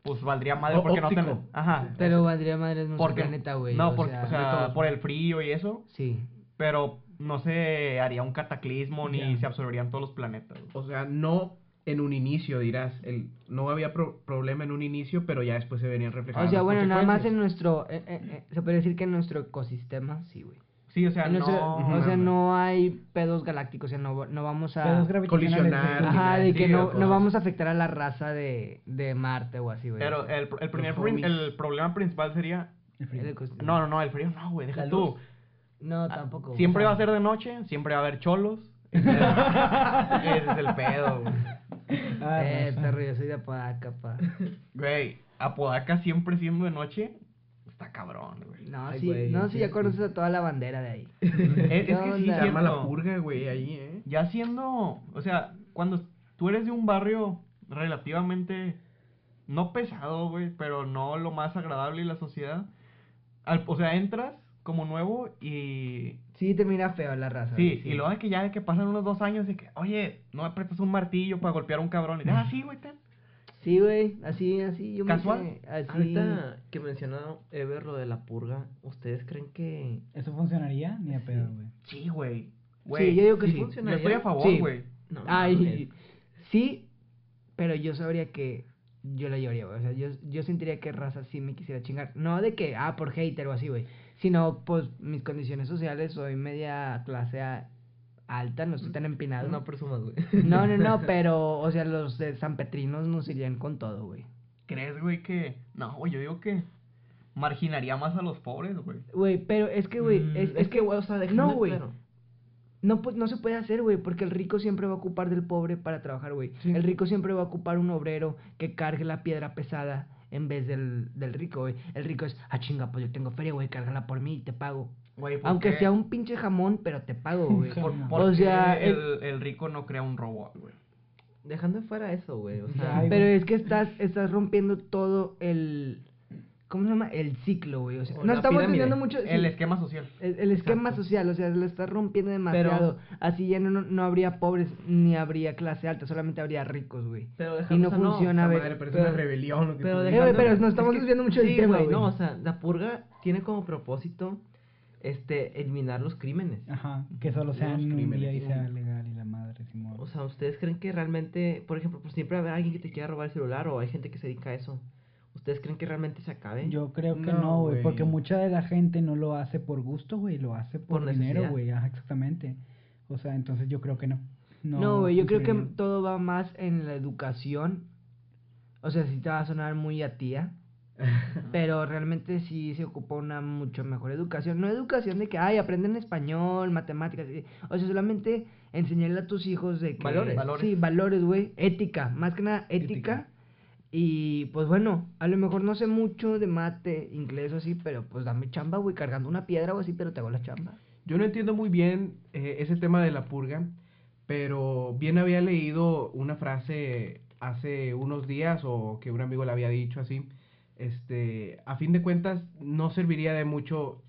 pues valdría madre
O-
porque
óptico.
no ten- Ajá.
Pero valdría madre en nuestro
porque,
planeta, güey.
No,
o
porque,
sea,
o sea, por el frío y eso,
Sí.
pero no se haría un cataclismo ni
Ya.
se absorberían todos los planetas. güey.
O sea, no en un inicio, dirás. El, no había pro- problema en un inicio, pero ya después se venían
Ah,
reflejando.
O sea,
las
bueno, nada más en
consecuencias.
nuestro... eh, eh, eh, se puede decir que en nuestro ecosistema, sí, güey.
Sí, o sea,
En nuestro-
no.
o sea, no hay pedos galácticos, o sea, no, no vamos a...
Pedos gravitacionales,
colisionar.
güey.
Ah, Ajá, de que
Sí,
no,
cosas.
no vamos a afectar a la raza de, de Marte o así, güey.
Pero el, el primer
Los
prin- el
homies.
problema principal sería
El frío.
El ecosistema.
No, no, no, el frío no, güey, deja
¿La
tú.
luz? No, tampoco. güey.
Siempre
O sea,
va a ser de noche, siempre va a haber cholos. Ese es el pedo, güey.
Ah,
Eh,
raza.
perro, yo soy de Apodaca, pa.
Güey, Apodaca siempre siendo de noche, está cabrón, güey.
No,
Ay,
sí,
güey,
no, sí,
sí,
ya
sí.
conoces a toda la bandera de ahí.
Es, es que sí,
onda?
Se llama la
siento-
purga, güey, ahí, ¿eh?
Ya siendo, o sea, cuando tú eres de un barrio relativamente no pesado, güey, pero no lo más agradable de la sociedad, al- o sea, entras como nuevo y
Sí, te mira feo la raza.
Sí,
güey,
y luego de que ya de que pasan unos dos años de que, oye, no me prestas un martillo para golpear a un cabrón. Y de, ah, sí, güey, tal.
Sí, güey, así, así. Yo me
¿Casual?
hice Así.
Ahorita que mencionó Ever lo de la purga, ¿ustedes creen que
¿Eso funcionaría? Ni a pedo, güey.
Sí, güey. ¿eh?
Sí, yo digo que
sí
sí.
Yo
funcionaría?
estoy a favor,
Sí.
güey.
No,
Ay, sí, pero yo sabría que yo la lloraría, güey. O sea, yo, yo sentiría que raza sí me quisiera chingar. No de que, ah, por hater o así, güey. Sino, pues, mis condiciones sociales, soy media clase a- alta, no estoy tan empinado.
no presumas, güey.
No, no, no, pero, o sea, los de San Petrinos nos irían con todo, güey.
¿Crees, güey, que.? No, güey, yo digo que marginaría más a los pobres, güey.
Güey, pero es que, güey,
Mm,
es, es que,
güey, o sea,
no,
dejando
güey.
claro.
No, pues, no se puede hacer, güey, porque el rico siempre va a ocupar del pobre para trabajar, güey.
Sí.
El rico siempre va a ocupar un obrero que cargue la piedra pesada en vez del, del rico, güey. El rico es, ah, chinga, pues yo tengo feria, güey, cárgala por mí y te pago.
Güey, ¿por
Aunque
qué?
sea un pinche jamón, pero te pago, güey.
Ja-
¿Por,
O
por qué
sea, el-
el, el rico no crea un robot, güey?
Dejando fuera eso, güey. O
Ya,
sea,
ay,
Pero
güey.
es que estás, estás rompiendo todo el... ¿Cómo se llama? El ciclo, güey. O sea,
O
no
la
estamos
pirámide.
entendiendo mucho... sí.
El esquema social.
El, el esquema
Exacto.
social, o sea, lo está rompiendo demasiado. Así ya no, no, no habría pobres ni habría clase alta, solamente habría ricos, güey.
pero
Y
dejando-
no
o sea, no,
funciona,
Esta
güey.
madre, pero es
pero-
una rebelión. lo que
Pero
tú
Eh,
dices.
güey, pero nos
es
estamos
que-
desviando mucho del
sí,
tema,
güey,
güey.
No, o sea, la purga tiene como propósito este eliminar los crímenes.
Ajá, que solo
Los
sean un día y
crímenes.
sea legal y la madre, Simón.
O sea, ¿ustedes creen que realmente, por ejemplo, pues siempre va a haber alguien que te quiera robar el celular o hay gente que se dedica a eso? ¿Ustedes creen que realmente se acabe?
Yo creo que
No,
no, güey,
güey.
porque mucha de la gente no lo hace por gusto, güey, lo hace por,
Por
dinero,
necesidad.
güey, ajá, exactamente. O sea, entonces yo creo que no.
No, güey, yo creo que
funcionaría.
todo va más en la educación. O sea, sí te va a sonar muy a tía. pero realmente sí se ocupa una mucho mejor educación. No educación de que, ay, aprenden español, matemáticas. eh, O sea, solamente enseñarle a tus hijos de que...
Valores.
Valores.
Sí, valores, güey. Ética, más que nada
Ética.
ética. Y pues bueno, a lo mejor no sé mucho de mate, inglés o así, pero pues dame chamba, güey, cargando una piedra o así, pero te hago la chamba.
Yo no entiendo muy bien eh, ese tema de la purga, pero bien había leído una frase hace unos días o que un amigo le había dicho así. Este, a fin de cuentas, no serviría de mucho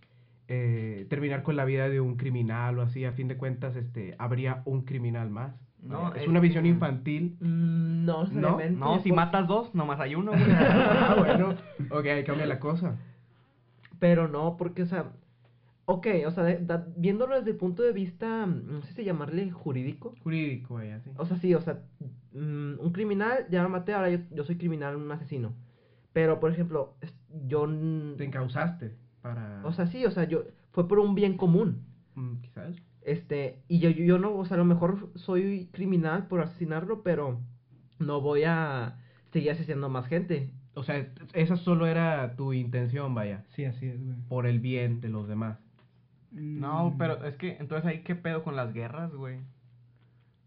eh, terminar con la vida de un criminal o así. A fin de cuentas, este, habría un criminal más.
No,
Vaya, es,
es
una visión
que-
infantil.
eh, Mm, No,
No,
necesariamente,
pues,
No, si
por-
matas dos, nomás hay uno, güey.
Ah, bueno, ok, ahí cambia la cosa.
Pero no, porque, o sea, ok, o sea, de- da- viéndolo desde el punto de vista, mm, no sé si llamarle jurídico.
Jurídico, vaya, sí.
O sea, sí, o sea, mm, un criminal, ya lo maté, ahora yo, yo soy criminal, un asesino. Pero, por ejemplo, es- yo... mm,
Te encausaste para.
O sea, sí, o sea, yo... Fue por un bien común.
mm, quizás.
Este, y yo, yo, yo no, o sea, a lo mejor soy criminal por asesinarlo, pero no voy a seguir asesinando más gente.
O sea, esa solo era tu intención, vaya,
Sí, así es, güey.
por el bien de los demás.
No,
Mm,
pero es que entonces ahí qué pedo con las guerras, güey.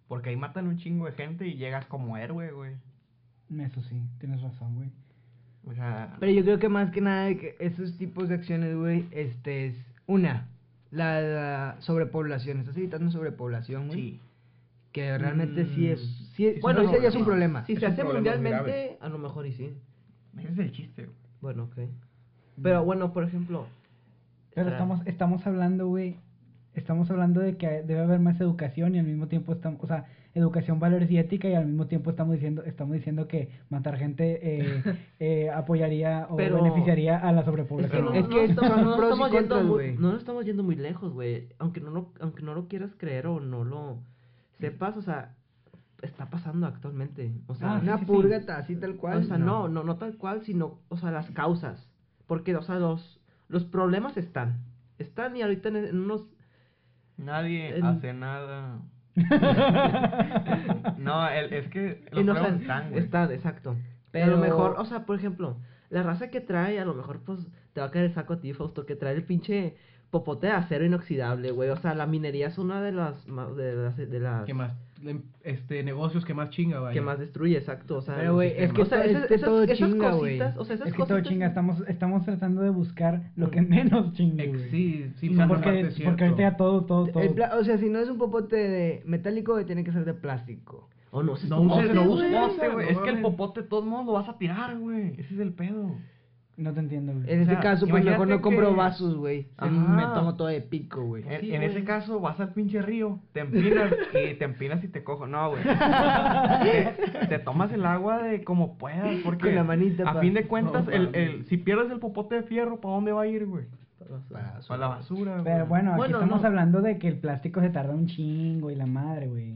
Porque ahí matan un chingo de gente y llegas como héroe, güey.
Eso sí, tienes razón, güey.
O sea,
Pero yo creo que más que nada de que esos tipos de acciones, güey, este es una, la, la sobrepoblación, estás evitando sobrepoblación, güey.
sí.
Que realmente sí es,
Mm.
sí es-
Es
bueno,
una
ese ya es un
sobrepoblación.
problema.
Si
Es
se
un
hace
problema muy
mundialmente, a lo mejor y sí.
Ese es el chiste, güey.
Bueno, ok. Pero bueno, por ejemplo...
Pero
espera,
estamos, estamos hablando, güey. Estamos hablando de que debe haber más educación y al mismo tiempo estamos, o sea, educación, valores y ética y al mismo tiempo estamos diciendo, estamos diciendo que matar gente eh, eh, apoyaría o
Pero-
beneficiaría a la
Es que,
sobrepoblación.
no,
Es
no
que
estamos-
son
no
pros y
estamos yendo
contras,
mu-
güey.
no estamos yendo muy lejos, güey. Aunque no, lo, aunque no lo quieras creer o no lo sepas, o sea, está pasando actualmente. O sea,
Ah, sí,
una
sí, sí.
purga ta- así tal cual.
O sea, no, no, no tal cual, sino, o sea, las causas. Porque, o sea, los, los problemas están. Están y ahorita en, en unos...
Nadie
En-
hace nada. no, el- es que los
en, o sea,
problemas están, güey.
están, exacto. Pero... a
Pero-
lo mejor, o sea, por ejemplo, la raza que trae, a lo mejor, pues, te va a caer el saco a ti, Fausto, que trae el pinche popote de acero inoxidable, güey. O sea, la minería es una de las... ma- De las, de las
Que más,
Em,
lem- este, negocios que más chinga, vaya.
que más destruye, exacto. O sea,
Pero, güey, es que
o sea,
todo- es
esas-
que
esas-
todo
esas
chinga, güey.
cositas, O sea, esas
Es que todo
cositas-
chinga, estamos, estamos tratando de buscar lo que menos chingue.
Ex-
güey.
Sí, sí,
Sí,
por una parte
porque,
es cierto.
porque ahorita ya todo, todo, todo.
El pla- o sea, si no es un popote de metálico, güey, tiene que ser de plástico.
O Oh, no, sé,
No uses-
sé,
no
güey.
uses-
Popote, güey.
no
Es que el
mames.
popote de todos modos lo vas a tirar, güey. Ese es el pedo.
No te entiendo, güey.
En
O
este
sea,
caso, pues mejor
imagínate
no compro
que-
vasos, güey. Sí,
Ajá.
Me tomo todo de pico, güey.
En,
Sí,
en
güey.
ese caso vas al pinche río, te empinas y te empinas y te cojo. No, güey. te, te tomas el agua de como puedas, porque
Con la manita,
a
pa.
fin de cuentas,
No,
el,
pa.
el, si pierdes el popote de fierro, ¿para dónde va a ir, güey?
Para su-
Para la basura, güey.
Pero bueno, aquí
Bueno,
estamos
no.
hablando de que el plástico se tarda un chingo y la madre, güey.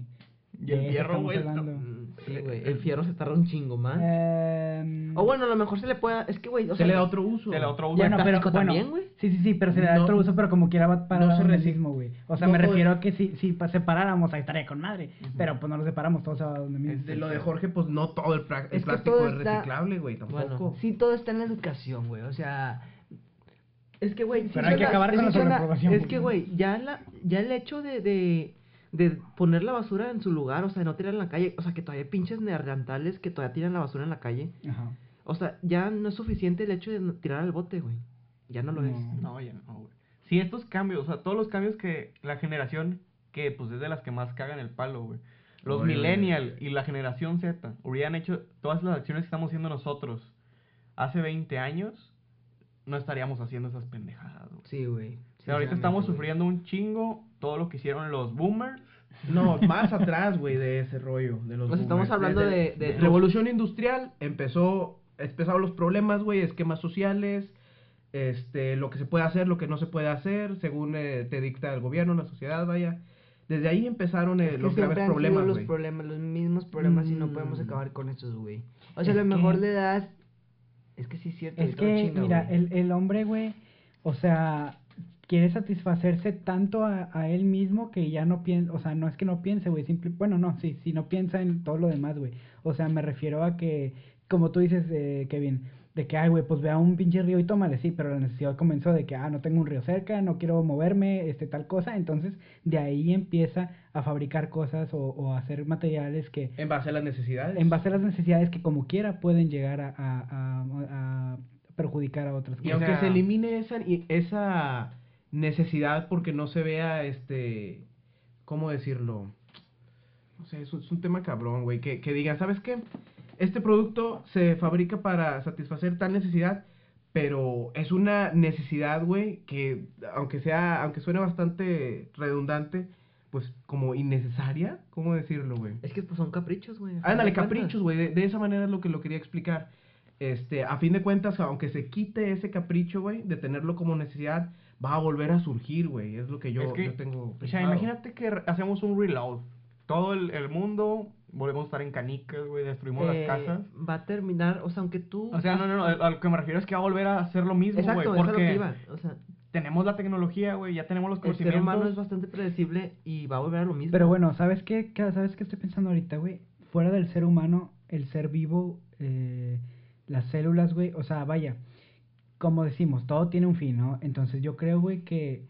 Y
de
el
eso
hierro,
estamos
güey. no-
hablando.
Mm, Sí, güey. El fierro se tarda un chingo más.
Eh,
Em,
¿Ah? O bueno, a lo mejor se le puede. Es que, güey. O
se
sea,
le da otro uso.
Se le da otro uso.
Bueno, pero
plástico
bueno,
también, güey.
Sí, sí, sí, pero se le da
No-
otro uso, pero como quiera va para
no
no
se
el
resiste.
mismo, güey. O sea,
No
me
todo-
refiero a que si, si pa- separáramos, ahí estaría con madre. Pero pues no lo separamos, todo se va a donde mismo.
Este,
De lo de Jorge, pues no todo el, pra- el
Es que
plástico
todo
es
está-
reciclable, güey, tampoco.
Bueno,
Sí, todo está en la educación, güey. O sea,
Es que, güey,
Pero hay que acabar con la pues.
suena-
sobreproducción.
Es que, güey, ya, la, ya el hecho de, de, de poner la basura en su lugar, o sea, de no tirar en la calle, o sea, que todavía hay pinches neandertales que todavía tiran la basura en la calle,
Ajá.
o sea, ya no es suficiente el hecho de no- tirar al bote, güey. Ya no lo
No.
es.
No, ya no, güey. Sí, estos cambios, o sea, todos los cambios que la generación que, pues, es de las que más cagan el palo, güey. Los
Oye,
millennial y la generación Z hubieran hecho todas las acciones que estamos haciendo nosotros hace 20 años, no estaríamos haciendo esas pendejadas, güey.
Sí, güey.
O sea, ahorita estamos
sinceramente, güey.
sufriendo un chingo todo lo que hicieron los boomers.
No, más atrás, güey, de ese rollo. De los
Nos estamos
boomers.
hablando
Desde-
de- de-
Revolución industrial, empezó, empezaron los problemas, güey, esquemas sociales, este, lo que se puede hacer, lo que no se puede hacer, según eh, te dicta el gobierno, la sociedad, vaya. Desde ahí empezaron eh,
Es que
los
siempre
graves
han sido
problemas,
los
güey.
problemas, los mismos problemas y no podemos
Mm.
acabar con esos, güey. O sea,
Es
a lo mejor
que-
le das... Es que sí es cierto.
Es
y todo
que,
chinga,
mira,
güey.
el, el hombre, güey, o sea, quiere satisfacerse tanto a, a él mismo que ya no piensa, o sea, no es que no piense, güey, simple, bueno, no, sí, sí, no piensa en todo lo demás, güey. O sea, me refiero a que, como tú dices, eh, Kevin, de que, ay, güey, pues vea un pinche río y tómale, sí, pero la necesidad comenzó de que, ah, no tengo un río cerca, no quiero moverme, este, tal cosa, entonces de ahí empieza a fabricar cosas o, o a hacer materiales que
En base a las necesidades.
en base a las necesidades que como quiera pueden llegar a, a- a- a perjudicar a otras
Y
O
aunque
sea-
se elimine esa, y- esa necesidad porque no se vea, este, ¿cómo decirlo? No sé, es un, es un tema cabrón, güey, que, que diga, ¿sabes qué? Este producto se fabrica para satisfacer tal necesidad, pero es una necesidad, güey, que aunque sea, aunque suene bastante redundante, pues como innecesaria, ¿cómo decirlo, güey?
Es que pues, son caprichos, güey. a fin
Ándale,
de cuentas.
caprichos, güey. De, de esa manera es lo que lo quería explicar. Este, a fin de cuentas, aunque se quite ese capricho, güey, de tenerlo como necesidad, va a volver a surgir, güey. Es lo que yo,
Es que,
yo tengo.
O sea,
pensado.
imagínate que re- hacemos un reload. Todo el, el mundo, volvemos a estar en canicas, güey, destruimos
Eh,
las casas.
Va a terminar, o sea, aunque tú.
O sea, no, no, no, a lo que me refiero es que va a volver a hacer lo mismo, güey,
Exacto, eso es lo que
porque
iba. O sea,
tenemos la tecnología, güey, ya tenemos los
el ser humano
conocimientos.
es bastante predecible y va a volver a lo mismo.
Pero bueno, ¿sabes qué, qué- ¿sabes qué estoy pensando ahorita, güey? Fuera del ser humano, el ser vivo, eh, las células, güey, o sea, vaya, como decimos, todo tiene un fin, ¿no? Entonces yo creo, güey, que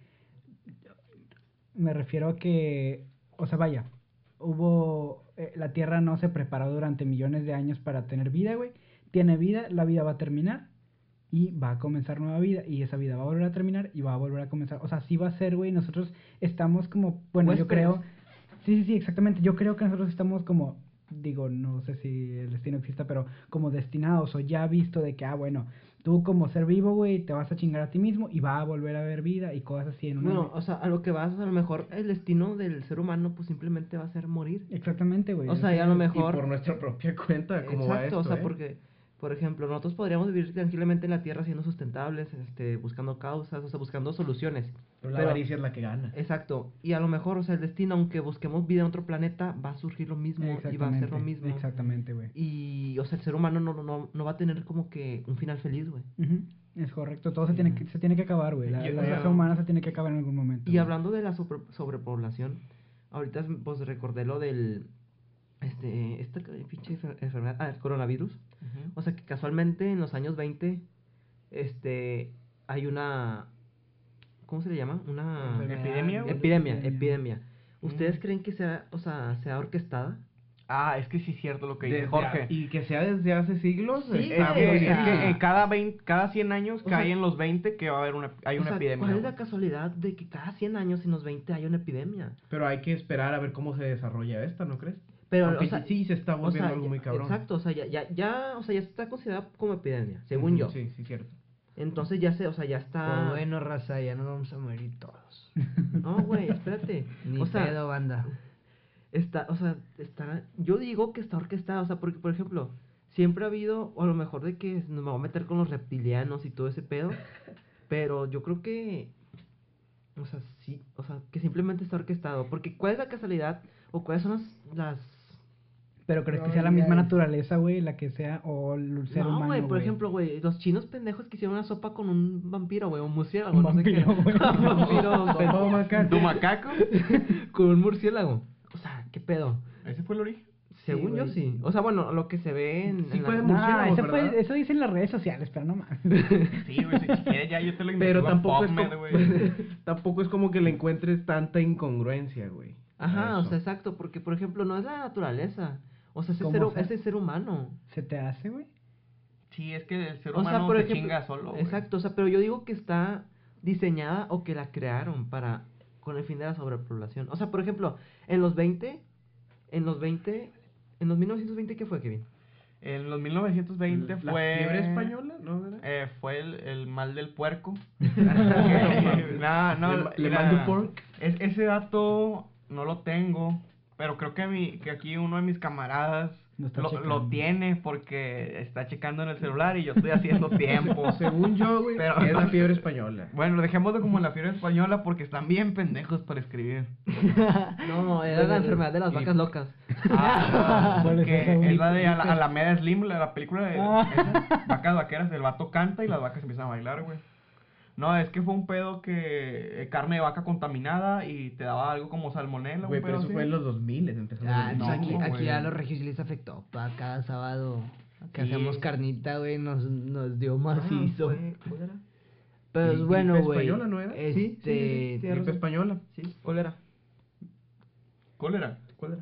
me refiero a que, o sea, vaya, hubo, eh, la Tierra no se preparó durante millones de años para tener vida, güey, tiene vida, la vida va a terminar y va a comenzar nueva vida y esa vida va a volver a terminar y va a volver a comenzar, o sea, sí va a ser, güey, nosotros estamos como, bueno, yo
Huéspedes.
creo... Sí, sí, sí, exactamente. Yo creo que nosotros estamos como, digo, no sé si el destino exista, pero como destinados o ya visto de que, ah, bueno, tú como ser vivo, güey, te vas a chingar a ti mismo y va a volver a haber vida y cosas así en una...
Bueno, o sea, a lo que vas, a lo mejor el destino del ser humano, pues simplemente va a ser morir.
exactamente, güey.
O sea, y a lo
Y por
mejor.
nuestra propia cuenta, como va
Exacto,
esto,
o sea,
eh?
porque, por ejemplo, nosotros podríamos vivir tranquilamente en la Tierra siendo sustentables, este, buscando causas, o sea, buscando soluciones.
Pero la
pero-
avaricia es la que gana.
Exacto, y a lo mejor, o sea, el destino, aunque busquemos vida en otro planeta, va a surgir lo mismo y va a ser
Exactamente,
lo mismo.
Exactamente, güey.
Y, o sea, el ser humano no, no, no va a tener como que un final feliz, güey.
Ujú, Es correcto, todo se tiene que, se tiene que acabar, güey. La,
Yo-
la
yo-
raza humana se tiene que acabar en algún momento.
Y hablando de la sobre- sobrepoblación, ahorita es- pues recordé lo del este esta ca- pinche enfer- enfermedad, ah, el coronavirus.
Ujú.
O sea, que casualmente en los años 20 este hay una ¿cómo se le llama? Una
Enfermedad. Ah, epidemia, güey.
epidemia,
Epidemia.
epidemia. ¿Ustedes
Mm.
creen que sea, o sea, sea orquestada?
Ah, es que sí es cierto lo que dice
Desde
Jorge.
a- y que sea desde hace siglos.
Sí,
está
güey,
muy
Es que, es
bien.
que, eh, cada, 20, cada 100 años
O sea-
caen los 20 que va a haber una, hay
O
una
sea,
epidemia.
¿Cuál es
güey.
la casualidad de que cada 100 años en los 20 hay una epidemia?
Pero hay que esperar a ver cómo se desarrolla esta, ¿no crees?
Pero
Aunque
o sea,
sí se está
o
volviendo
sea,
algo muy cabrón.
exacto, o sea, ya, ya, ya, o sea, ya está considerada como epidemia, según
Ujú,
yo.
Sí, sí, cierto.
Entonces ya se, o sea, ya está.
Pues bueno, raza, ya nos vamos a morir todos.
No, güey, espérate.
Ni
o sea,
pedo, banda.
está, o sea, está. Yo digo que está orquestada, o sea, porque, por ejemplo, siempre ha habido, o a lo mejor de que nos vamos a meter con los reptilianos y todo ese pedo, pero yo creo que. O sea, sí, o sea, que simplemente está orquestado. Porque, ¿cuál es la casualidad? ¿O cuáles son las. las...
Pero crees que sea la misma naturaleza, güey, la que sea, o el ser
No,
humano.
güey, por
güey?
ejemplo, güey, los chinos pendejos que hicieron una sopa con un vampiro, güey, un murciélago,
Un
no sé qué.
vampiro, güey.
Un vampiro,
Sopa de
pendejo.
macaco.
¿Tu macaco?
con un murciélago. O sea, ¿qué pedo?
Ese fue el origen.
Según yo
güey.
sí. O sea, bueno, lo que se ve en,
Sí
en la-
fue de
No,
murciélago,
eso, Ah, fue-
¿verdad?
eso dicen las redes sociales, pero no mames.
Sí, güey, si quieres ya yo te lo
Pero
investigo en
tampoco es,
PubMed,
como,
güey.
tampoco es como que le encuentres tanta incongruencia, güey. a
Ajá, o
eso.
sea, exacto, porque por ejemplo no es la naturaleza. O sea, ese
¿Cómo
ser,
fue?
ese ser humano.
¿Se te hace, güey?
Sí, es que el ser
O sea,
humano
por
se
ejemplo,
chinga solo, güey.
Exacto, o sea, pero yo digo que está diseñada o que la crearon para con el fin de la sobrepoblación. O sea, por ejemplo, en los 20, en los 20, en los 1920 qué fue, Kevin?
En los 1920
¿La
fue...
fiebre española? ¿No? era?
Eh, fue el, el mal del puerco. no, no,
Le ma- le
mira,
mando pork.
es- ese dato no lo tengo, pero creo que, mi, que aquí uno de mis camaradas
Lo está
lo, lo
checando.
tiene porque está checando en el celular y yo estoy haciendo tiempo.
Según yo, güey,
Pero-
es la fiebre española.
Bueno, dejémoslo como la fiebre española porque están bien pendejos para escribir.
No, era la enfermedad de las
Y-
vacas locas.
Ah,
¿Cuál es esa,
que
güey?
es la de Ala- Alameda Slim, la, la película de
Ah.
esas vacas vaqueras, el vato canta y las vacas empiezan a bailar, güey. No, es que fue un pedo que eh, carne de vaca contaminada y te daba algo como salmonela,
Güey, pero
un pedo
eso
así.
fue en los 2000, empezando
Ah,
en los
entonces aquí,
2000.
no,
aquí a
güey.
los regios sí les afectó. Pa, cada sábado que
Sí.
hacemos carnita, güey, nos, nos dio macizo.
fue- ¿cuál era?
Pero
Gri-
es bueno,
gripe
güey.
española, ¿no era?
Este,
Sí, sí, sí, sí,
Gripe española.
Sí, ¿cuál era?
¿Cuál era?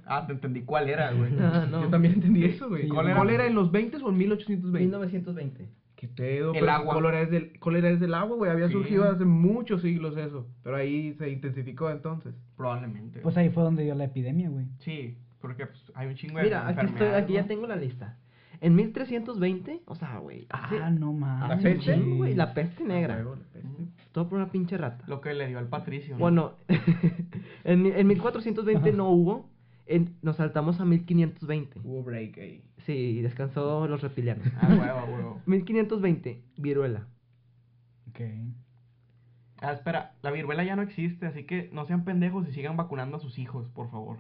Ah, te entendí cuál era, güey.
Ah, no.
Yo también entendí eso, güey.
Sí, yo
¿Cólera?
también.
¿Cólera en los 20 o en 1820?
1920.
Qué pedo,
El
pero
agua.
Cólera es, del, cólera es del agua, güey. Había
Sí.
surgido hace muchos siglos eso. Pero ahí se intensificó entonces.
Probablemente.
Pues ahí fue donde dio la epidemia, güey.
Sí, porque pues, hay un chingo de
Mira, aquí estoy,
enfermedades,
Pues, aquí ya
¿no?
tengo la lista. En 1320, o sea, güey, hace-
Ah, no
hace
mames.
un
La peste.
chingo, güey, la peste negra.
Ah, huevo, la peste.
Todo por una pinche rata.
Lo que le dio al Patricio. ¿no?
Bueno, en, mi- en 1420 no hubo, en- nos saltamos a 1520.
Hubo break ahí.
Sí, descansó los reptilianos.
Ah, huevo, huevo.
1520, viruela.
Ok.
Ah, espera, la viruela ya no existe, así que no sean pendejos y sigan vacunando a sus hijos, por favor.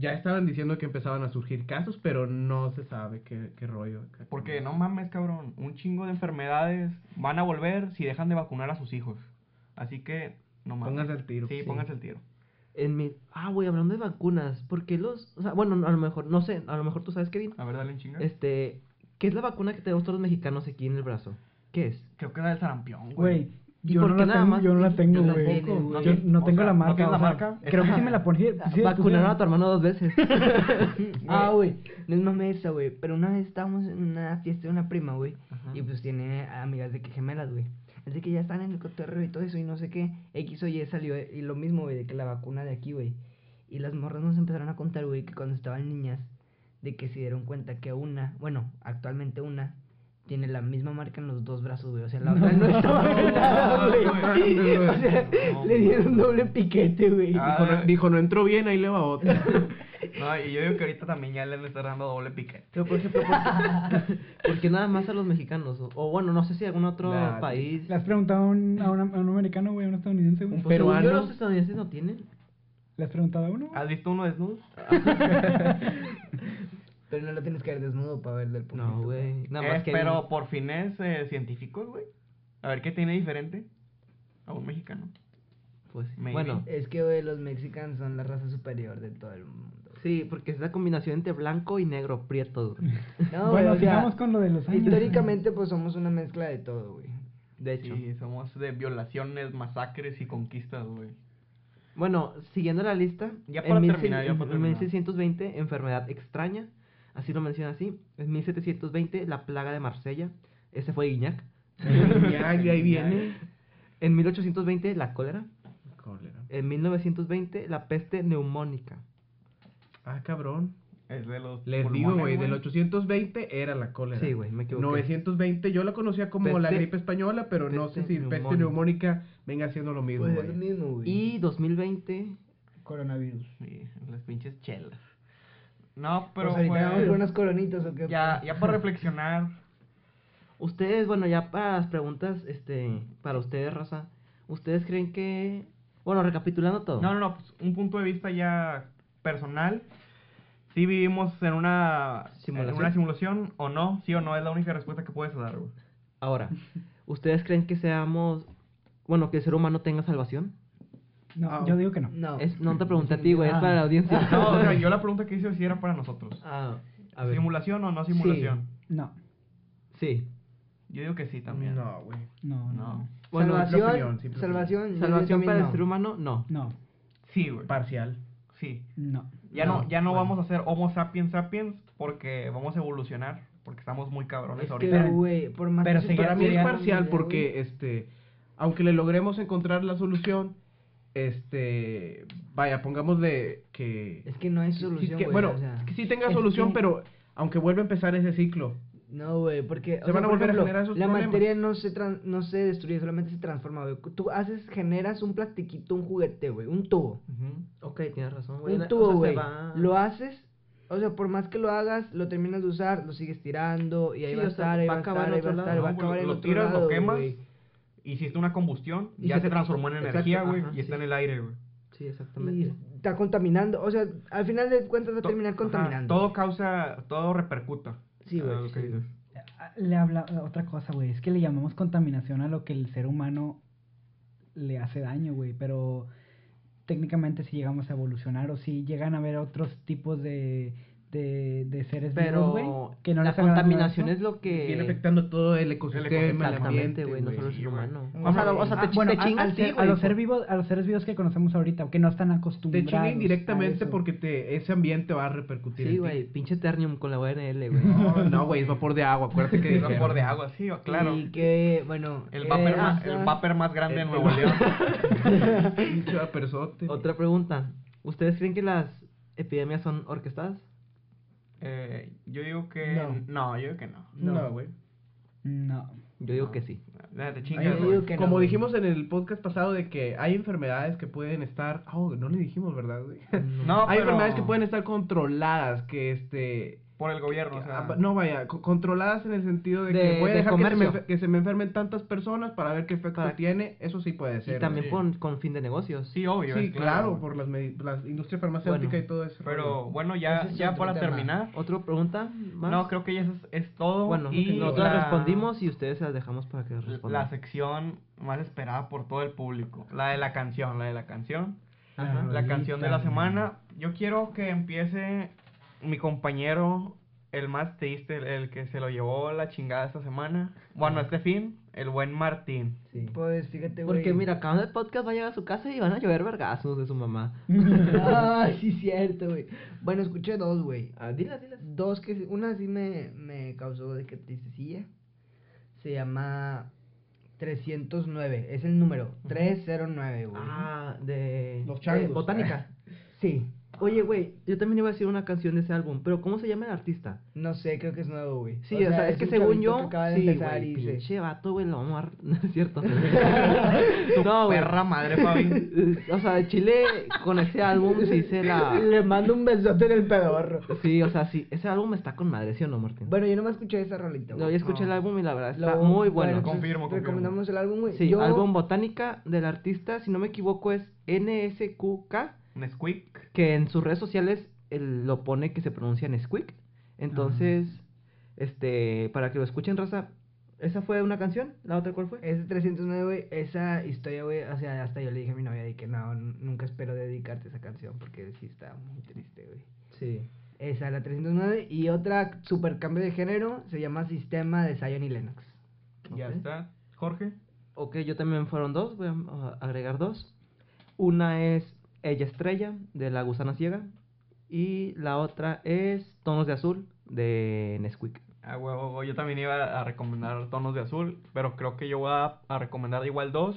Ya estaban diciendo que empezaban a surgir casos, pero no se sabe qué, qué rollo. acá.
Porque no mames, cabrón, un chingo de enfermedades van a volver si dejan de vacunar a sus hijos. Así que no mames.
Pónganse al tiro.
Sí,
Sí.
pónganse al tiro.
En mi, ah, güey, hablando de vacunas, ¿por qué los...? O sea, bueno, a lo mejor, no sé, a lo mejor tú sabes, Kevin.
A ver, dale un chinga.
Este, ¿qué es la vacuna que tenemos todos los mexicanos aquí en el brazo? ¿Qué es?
Creo que era el sarampión, güey.
Güey,
¿Y
yo
por
no,
qué
la
nada
tengo,
más
yo no la
tú-
tengo,
tú la
güey.
tienes, güey?
Yo no
O
tengo
sea,
la
¿no
marca.
tienes la
o sea,
marca?
Creo que
Ajá.
sí me la ponía.
Ah, Vacunaron a tu hermano dos veces.
Ah, güey, no es mamá esa, güey. Pero una vez estábamos en una fiesta de una prima, güey.
Ajá.
Y pues tiene amigas de que gemelas, güey. Así que ya están en el cotorreo y todo eso y no sé qué. X o Y salió eh, y lo mismo, güey, de que la vacuna de aquí, güey. Y las morras nos empezaron a contar, güey, que cuando estaban niñas, de que se dieron cuenta que una, bueno, actualmente una, tiene la misma marca en los dos brazos, güey. O sea, la otra no está vacunada, güey.
güey.
O sea,
No,
le dieron doble piquete, güey.
Ah,
Dijo, no, dijo, "No entró bien, ahí le va otra.
No, y yo digo que ahorita también ya le han estar dando doble piquete.
Pero, por ejemplo, ¿por qué, por qué nada más a los mexicanos? O, o bueno, no sé si algún otro
Nah,
país...
¿Le has preguntado a un, a un, a un americano, güey, a un estadounidense, güey?
Un
Pues, según yo,
peruano.
los estadounidenses no tienen.
¿Le has preguntado a uno? güey?
Ah,
¿Has visto uno desnudo?
Pero no lo tienes que ver desnudo para ver del punto.
No, güey. Nada
Eh,
más que.
pero por fines eh, científicos, güey. A ver qué tiene diferente a un mexicano.
Pues,
Maybe.
bueno.
Es que, güey, los mexicanos son la raza superior de todo el mundo.
Sí, porque es la combinación entre blanco y negro, prieto. güey.
bueno,
No, güey, o sea,
sigamos con lo de los años.
Históricamente, pues somos una mezcla de todo, güey.
De hecho.
Sí, somos de violaciones, masacres y conquistas, güey.
Bueno, siguiendo la lista.
Ya
en
para
16
terminar, ya
en-
para
en
terminar.
1620, enfermedad extraña. Así lo menciona así. En 1720, la plaga de Marsella. Ese fue Guiñac.
ya, de ahí viene.
En 1820, la cólera.
Cólera.
En 1920, la peste neumónica.
Ah, cabrón.
Es de los.
Les digo,
pulmones,
güey, del 820 era la cólera.
Sí, güey, me equivoqué.
920 yo la conocía como la
Peste-
gripe española, pero no sé
peste
si peste
neumónica.
neumónica venga haciendo lo mismo,
Pues es
güey.
lo mismo, güey.
Y 2020,
Coronavirus.
Sí, las pinches chelas. No, pero.
Pues ahorita
fue-
vamos por unas coronitas o qué.
Ya, ya para reflexionar.
Ustedes, bueno, ya para las preguntas, este, para ustedes, Rosa, ¿ustedes creen que... Bueno, recapitulando todo.
No, no, no, pues un punto de vista ya personal. Si vivimos en una
Simulación.
en una simulación o no, sí o no, es la única respuesta que puedes dar, güey.
Ahora, ¿ustedes creen que seamos... Bueno, que el ser humano tenga salvación?
No,
Ah,
yo digo que no.
No.
Es- no te pregunté a ti, güey, es
Ah.
para la audiencia.
No, o sea, yo la pregunta que hice sí era para nosotros.
Ah, a ver.
¿Simulación o no simulación?
No,
Sí.
Yo digo que sí también.
No, güey.
no, no.
No.
Bueno,
salvación,
simple opinión, simple
salvación, yo
¿Salvación
también
para
no.
el ser humano? No.
No,
Sí, güey.
Parcial.
Sí.
no.
Ya no,
No,
ya no
bueno.
vamos a ser Homo sapiens sapiens porque vamos a evolucionar. Porque estamos muy cabrones
Es
ahorita.
que, güey, por más
Pero
que
para mí es
supongamos,
parcial
güey,
porque, este, aunque le logremos encontrar la solución, este, vaya, pongamos de que...
Es que no hay
Sí, sí,
solución,
que-
güey,
bueno,
o sea,
que sí tenga
es
solución,
que-
pero aunque vuelva a empezar ese ciclo.
No, güey, porque...
Se
o
van a
por
volver a generar esos
La
problemas.
materia no se, tran- no se destruye, solamente se transforma, güey. Tú haces, generas un plastiquito, un juguete, güey, un tubo.
Ujú.
Ok, tienes razón, güey.
Un
La-
tubo,
o sea, se
güey.
va-
Lo haces, o sea, por más que lo hagas, lo terminas de usar, lo sigues tirando y ahí
Sí,
va a
o sea,
estar, ahí
va
va a
a acabar
estar,
en
ahí va
otro
a
lado.
estar, va a
No, güey,
acabar en
lo
otro
tiras, lo
lado,
quemas.
güey.
Hiciste una combustión,
Y
ya
se-
se transformó en
exacto,
energía, güey,
ajá,
y está
sí.
en el aire, güey.
Sí,
Y
exactamente.
está contaminando, o sea, al final de cuentas va a
To-
terminar
ajá,
contaminando.
todo causa, todo repercuta.
Sí, güey,
Ah, lo que
sí.
dices.
Ah, Le habla otra cosa, güey. Es que le llamamos contaminación a lo que el ser humano le hace daño, güey. Pero técnicamente si llegamos a evolucionar o si llegan a haber otros tipos de, de, de seres vivos,
Pero
güey. Que no
la
les hagan daño a
contaminación
eso.
es lo que...
Eh,
Viene afectando todo el ecosistema, el,
ecosistema,
Exactamente,
ambiente,
güey, no solo el
sí,
ser
güey.
humano.
Un
O sea, lo- o
jardín.
sea, te,
Ah,
chi-
bueno,
te
a-
chingas,
al
sí,
ser- a
güey,
los
por-
seres vivos, a los seres vivos que conocemos ahorita o que no están
Te
acostumbrados.
chingan indirectamente
a eso.
porque te, ese ambiente va a repercutir en
Sí,
ti.
güey, pinche Ternium con la UNL, güey.
No, no, güey, es vapor de agua, acuérdate que
Es
dijeron.
vapor de agua, sí, claro.
Y que, bueno...
El
eh,
ah,
vapor, más,
hasta-
el vapor más grande de
El-
Nuevo León.
Pinche vaporzote.
Otra pregunta. ¿Ustedes creen que las epidemias son orquestadas?
Eh, yo digo que.
No.
No. yo digo que no.
No, güey.
Mm, No.
Yo digo
No.
que sí.
Nah, te
Hay-
chingas,
yo
güey.
digo que no,
como
güey.
dijimos en el podcast pasado de que hay enfermedades que pueden estar, oh, no le dijimos, ¿verdad, güey?
No,
hay
pero-
enfermedades que pueden estar controladas, que este
Por el gobierno, o sea.
Ah, No, vaya, co- controladas en el sentido de,
De-
que voy a
de
dejar que se, me,
comercio.
enfer- que se me enfermen tantas personas para ver qué efecto
Para-
tiene, eso sí puede ser.
Y también
sí.
con, con fin de negocios.
Sí, obvio.
Sí,
es
claro, por las, medi- las industrias farmacéuticas
Bueno,
y todo eso.
Pero bueno, ya,
Ese es
ya
otro
para
tema.
terminar.
¿Otra pregunta más?
No, creo que ya eso es, es todo.
Bueno,
y
nosotros
la-
respondimos y ustedes se las dejamos para que
La
respondan.
sección más esperada por todo el público. La de la canción, la de la canción.
Ajá.
La canción de la
rolita,
semana. Yo quiero que empiece mi compañero, el más triste, el, el que se lo llevó la chingada esta semana. Bueno, este fin, el buen Martín.
Sí.
Pues fíjate, güey.
Porque mira, acabando el podcast va a llegar a su casa y van a llover vergazos de su mamá.
Ah, sí, cierto, güey. Bueno, escuché dos, güey.
Ah, dilas, dilas.
Dos que... sí- Una sí me, me causó de que tristecilla. Se llama 309. Es el número. 309, güey.
Ah, de...
Los changos.
de botánica.
Sí.
Oye, güey, yo también iba a decir una canción de ese álbum, pero ¿cómo se llama el artista?
No sé, creo que es nuevo, güey.
Sí, o sea, es, que
un
según
chavito
yo...
que acaba de
sí,
empezar
güey,
y se-
pinche vato, güey, lo vamos a... ar- No es cierto.
Tu
no, güey.
perra madre, Fabi.
O sea, de Chile con ese álbum sí se la...
Le mando un besote en el pedorro.
Sí, o sea, sí, ese álbum está con madre, ¿sí o no, Martín?
Bueno, yo no me escuché esa rolita,
No,
güey.
yo escuché el
no.
álbum y la verdad está
Lo-
muy bueno.
pues,
Confirmo, confirmo.
Recomendamos el álbum, güey.
Sí,
Yo-
álbum Botánica del artista, si no me equivoco, es NSQK,
Nesquik.
que en sus redes sociales él lo pone que se pronuncia en Squeak. Entonces, este, para que lo escuchen, raza, esa fue una canción, la otra cuál fue?
Ese 309, güey, esa historia, güey, o sea, hasta yo le dije a mi novia de que no, n- nunca espero dedicarte a esa canción porque sí está muy triste, güey.
Sí.
Esa, la 309, y otra super cambio de género se llama Sistema de Zion y Lennox.
Ya
Ok.
está. Jorge.
Ok, yo también fueron dos, voy a a agregar dos. Una es Ella Estrella, de La Gusana Ciega, y la otra es Tonos de Azul, de Nesquik.
Ah, huevo, huevo, yo también iba a recomendar tonos de azul, pero creo que yo voy a, a recomendar igual dos.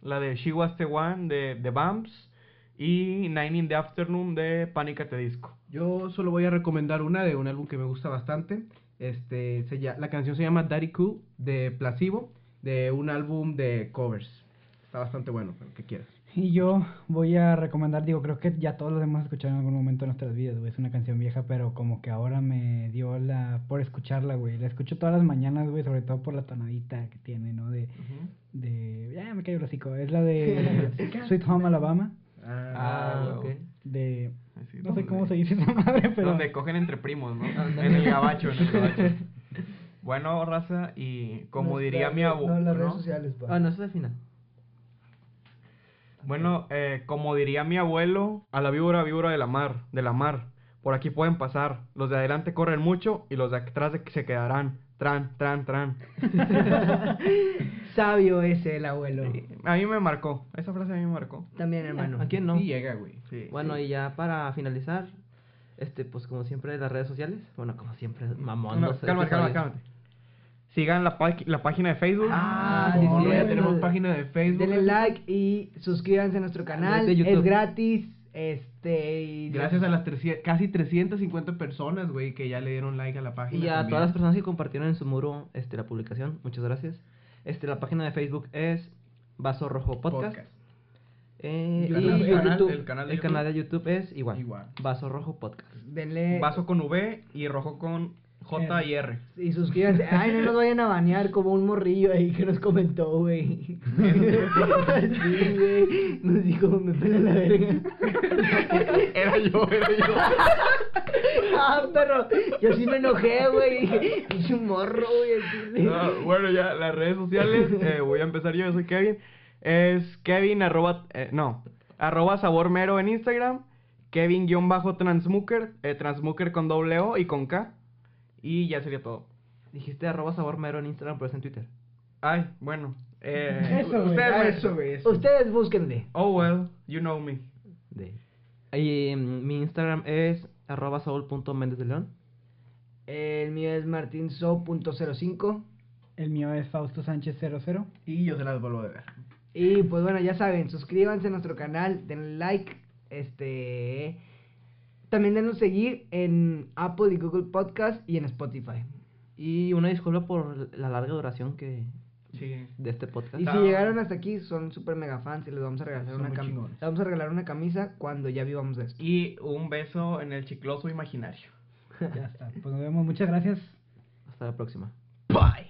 La de She Was The One de The Bumps y Nine in the Afternoon de Panic at the Disco.
Yo solo voy a recomendar una de un álbum que me gusta bastante. Este, se lla- la canción se llama Daddy Cool de Placebo, de un álbum de covers. Está bastante bueno, pero que quieras.
Y yo voy a recomendar, digo, creo que ya todos los hemos escuchado en algún momento de nuestras vidas, güey. Es una canción vieja, pero como que ahora me dio la por escucharla, güey. La escucho todas las mañanas, güey, sobre todo por la tonadita que tiene, ¿no? De, de, ya me cayó el hocico. Es la de Sweet Home Alabama,
Ah,
ok.
huevo.
de
Así,
no sé
donde-
cómo se dice esa madre, pero
Donde cogen entre primos, ¿no?
Ándale.
en el gabacho, en el gabacho. Bueno, raza, y como diría mi abuelo,
No, las redes pues.
¿no?
sociales, pa.
Ah, no, eso es al final.
Bueno, eh, como diría mi abuelo, a la víbora, víbora de la mar, de la mar. Por aquí pueden pasar. Los de adelante corren mucho y los de atrás de- se quedarán. Tran, tran, tran.
Sabio ese el abuelo.
A mí me marcó. Esa frase a mí me marcó.
También, hermano.
¿A quién no?
Sí llega, güey.
Sí.
Bueno, y ya para finalizar, este, pues como siempre, las redes sociales. Bueno, como siempre, mamón.
No,
los
calma, calma,
episodios.
cálmate. Sigan la, paqui- la página de Facebook.
Ah,
Ah,
sí,
no,
sí, ya
no,
tenemos
no.
página de Facebook.
Denle like y suscríbanse a nuestro
Ah,
canal.
de YouTube.
Es gratis. Este. y-
Gracias a las 300 casi 350 personas, güey, que ya le dieron like a la página.
Y a
también.
todas las personas que compartieron en su muro este, la publicación, muchas gracias. Este, la página de Facebook es Vaso Rojo Podcast. Eh,
Y
y
el
en
canal-
YouTube-
el canal de
el
YouTube.
canal de YouTube es igual,
Igual.
Vaso Rojo Podcast.
Denle.
Vaso con V y rojo con J y R.
Eh.
Y suscríbanse. Ay, no nos vayan a banear como un morrillo ahí que nos comentó, güey. Sí, güey. Nos dijo, me pela la verga.
Era yo, era yo.
Ah, perro. Yo sí me enojé, güey. Dije, "Pinche morro, güey. al chile".
Ah, bueno, ya, las redes sociales, eh, voy a empezar yo, yo soy Kevin. Es Kevin, arroba, eh, no, arroba sabor mero en Instagram, Kevin guión bajo transmuker, eh, transmuker con doble O y con K, y ya sería todo.
Dijiste arroba sabor mero en Instagram, pero es en Twitter.
Ay, bueno, eh,
Eso, güey,
ah,
ustedes me-
Ah, Eso, güey. eso.
Ustedes búsquenle.
Oh, well, you know me.
De. Y mm, mi Instagram es arroba saúl.méndez de león.
El mío es martinso.05.
El mío es Fausto Sánchez 00.
Y yo se las vuelvo a ver.
Y pues bueno, ya saben, suscríbanse a nuestro canal, denle like, este también denos seguir en Apple y Google Podcast y en Spotify.
Y una disculpa por la larga duración que
Sí.
de este podcast.
Y si
Chao.
llegaron hasta aquí, son super mega fans y les vamos a regalar
Son
una
muy
camisa.
chingones.
Les vamos a regalar una camisa cuando ya vivamos de esto.
Y un beso en el chicloso imaginario.
Ya está. Pues nos vemos. Muchas gracias.
Hasta la próxima.
Bye.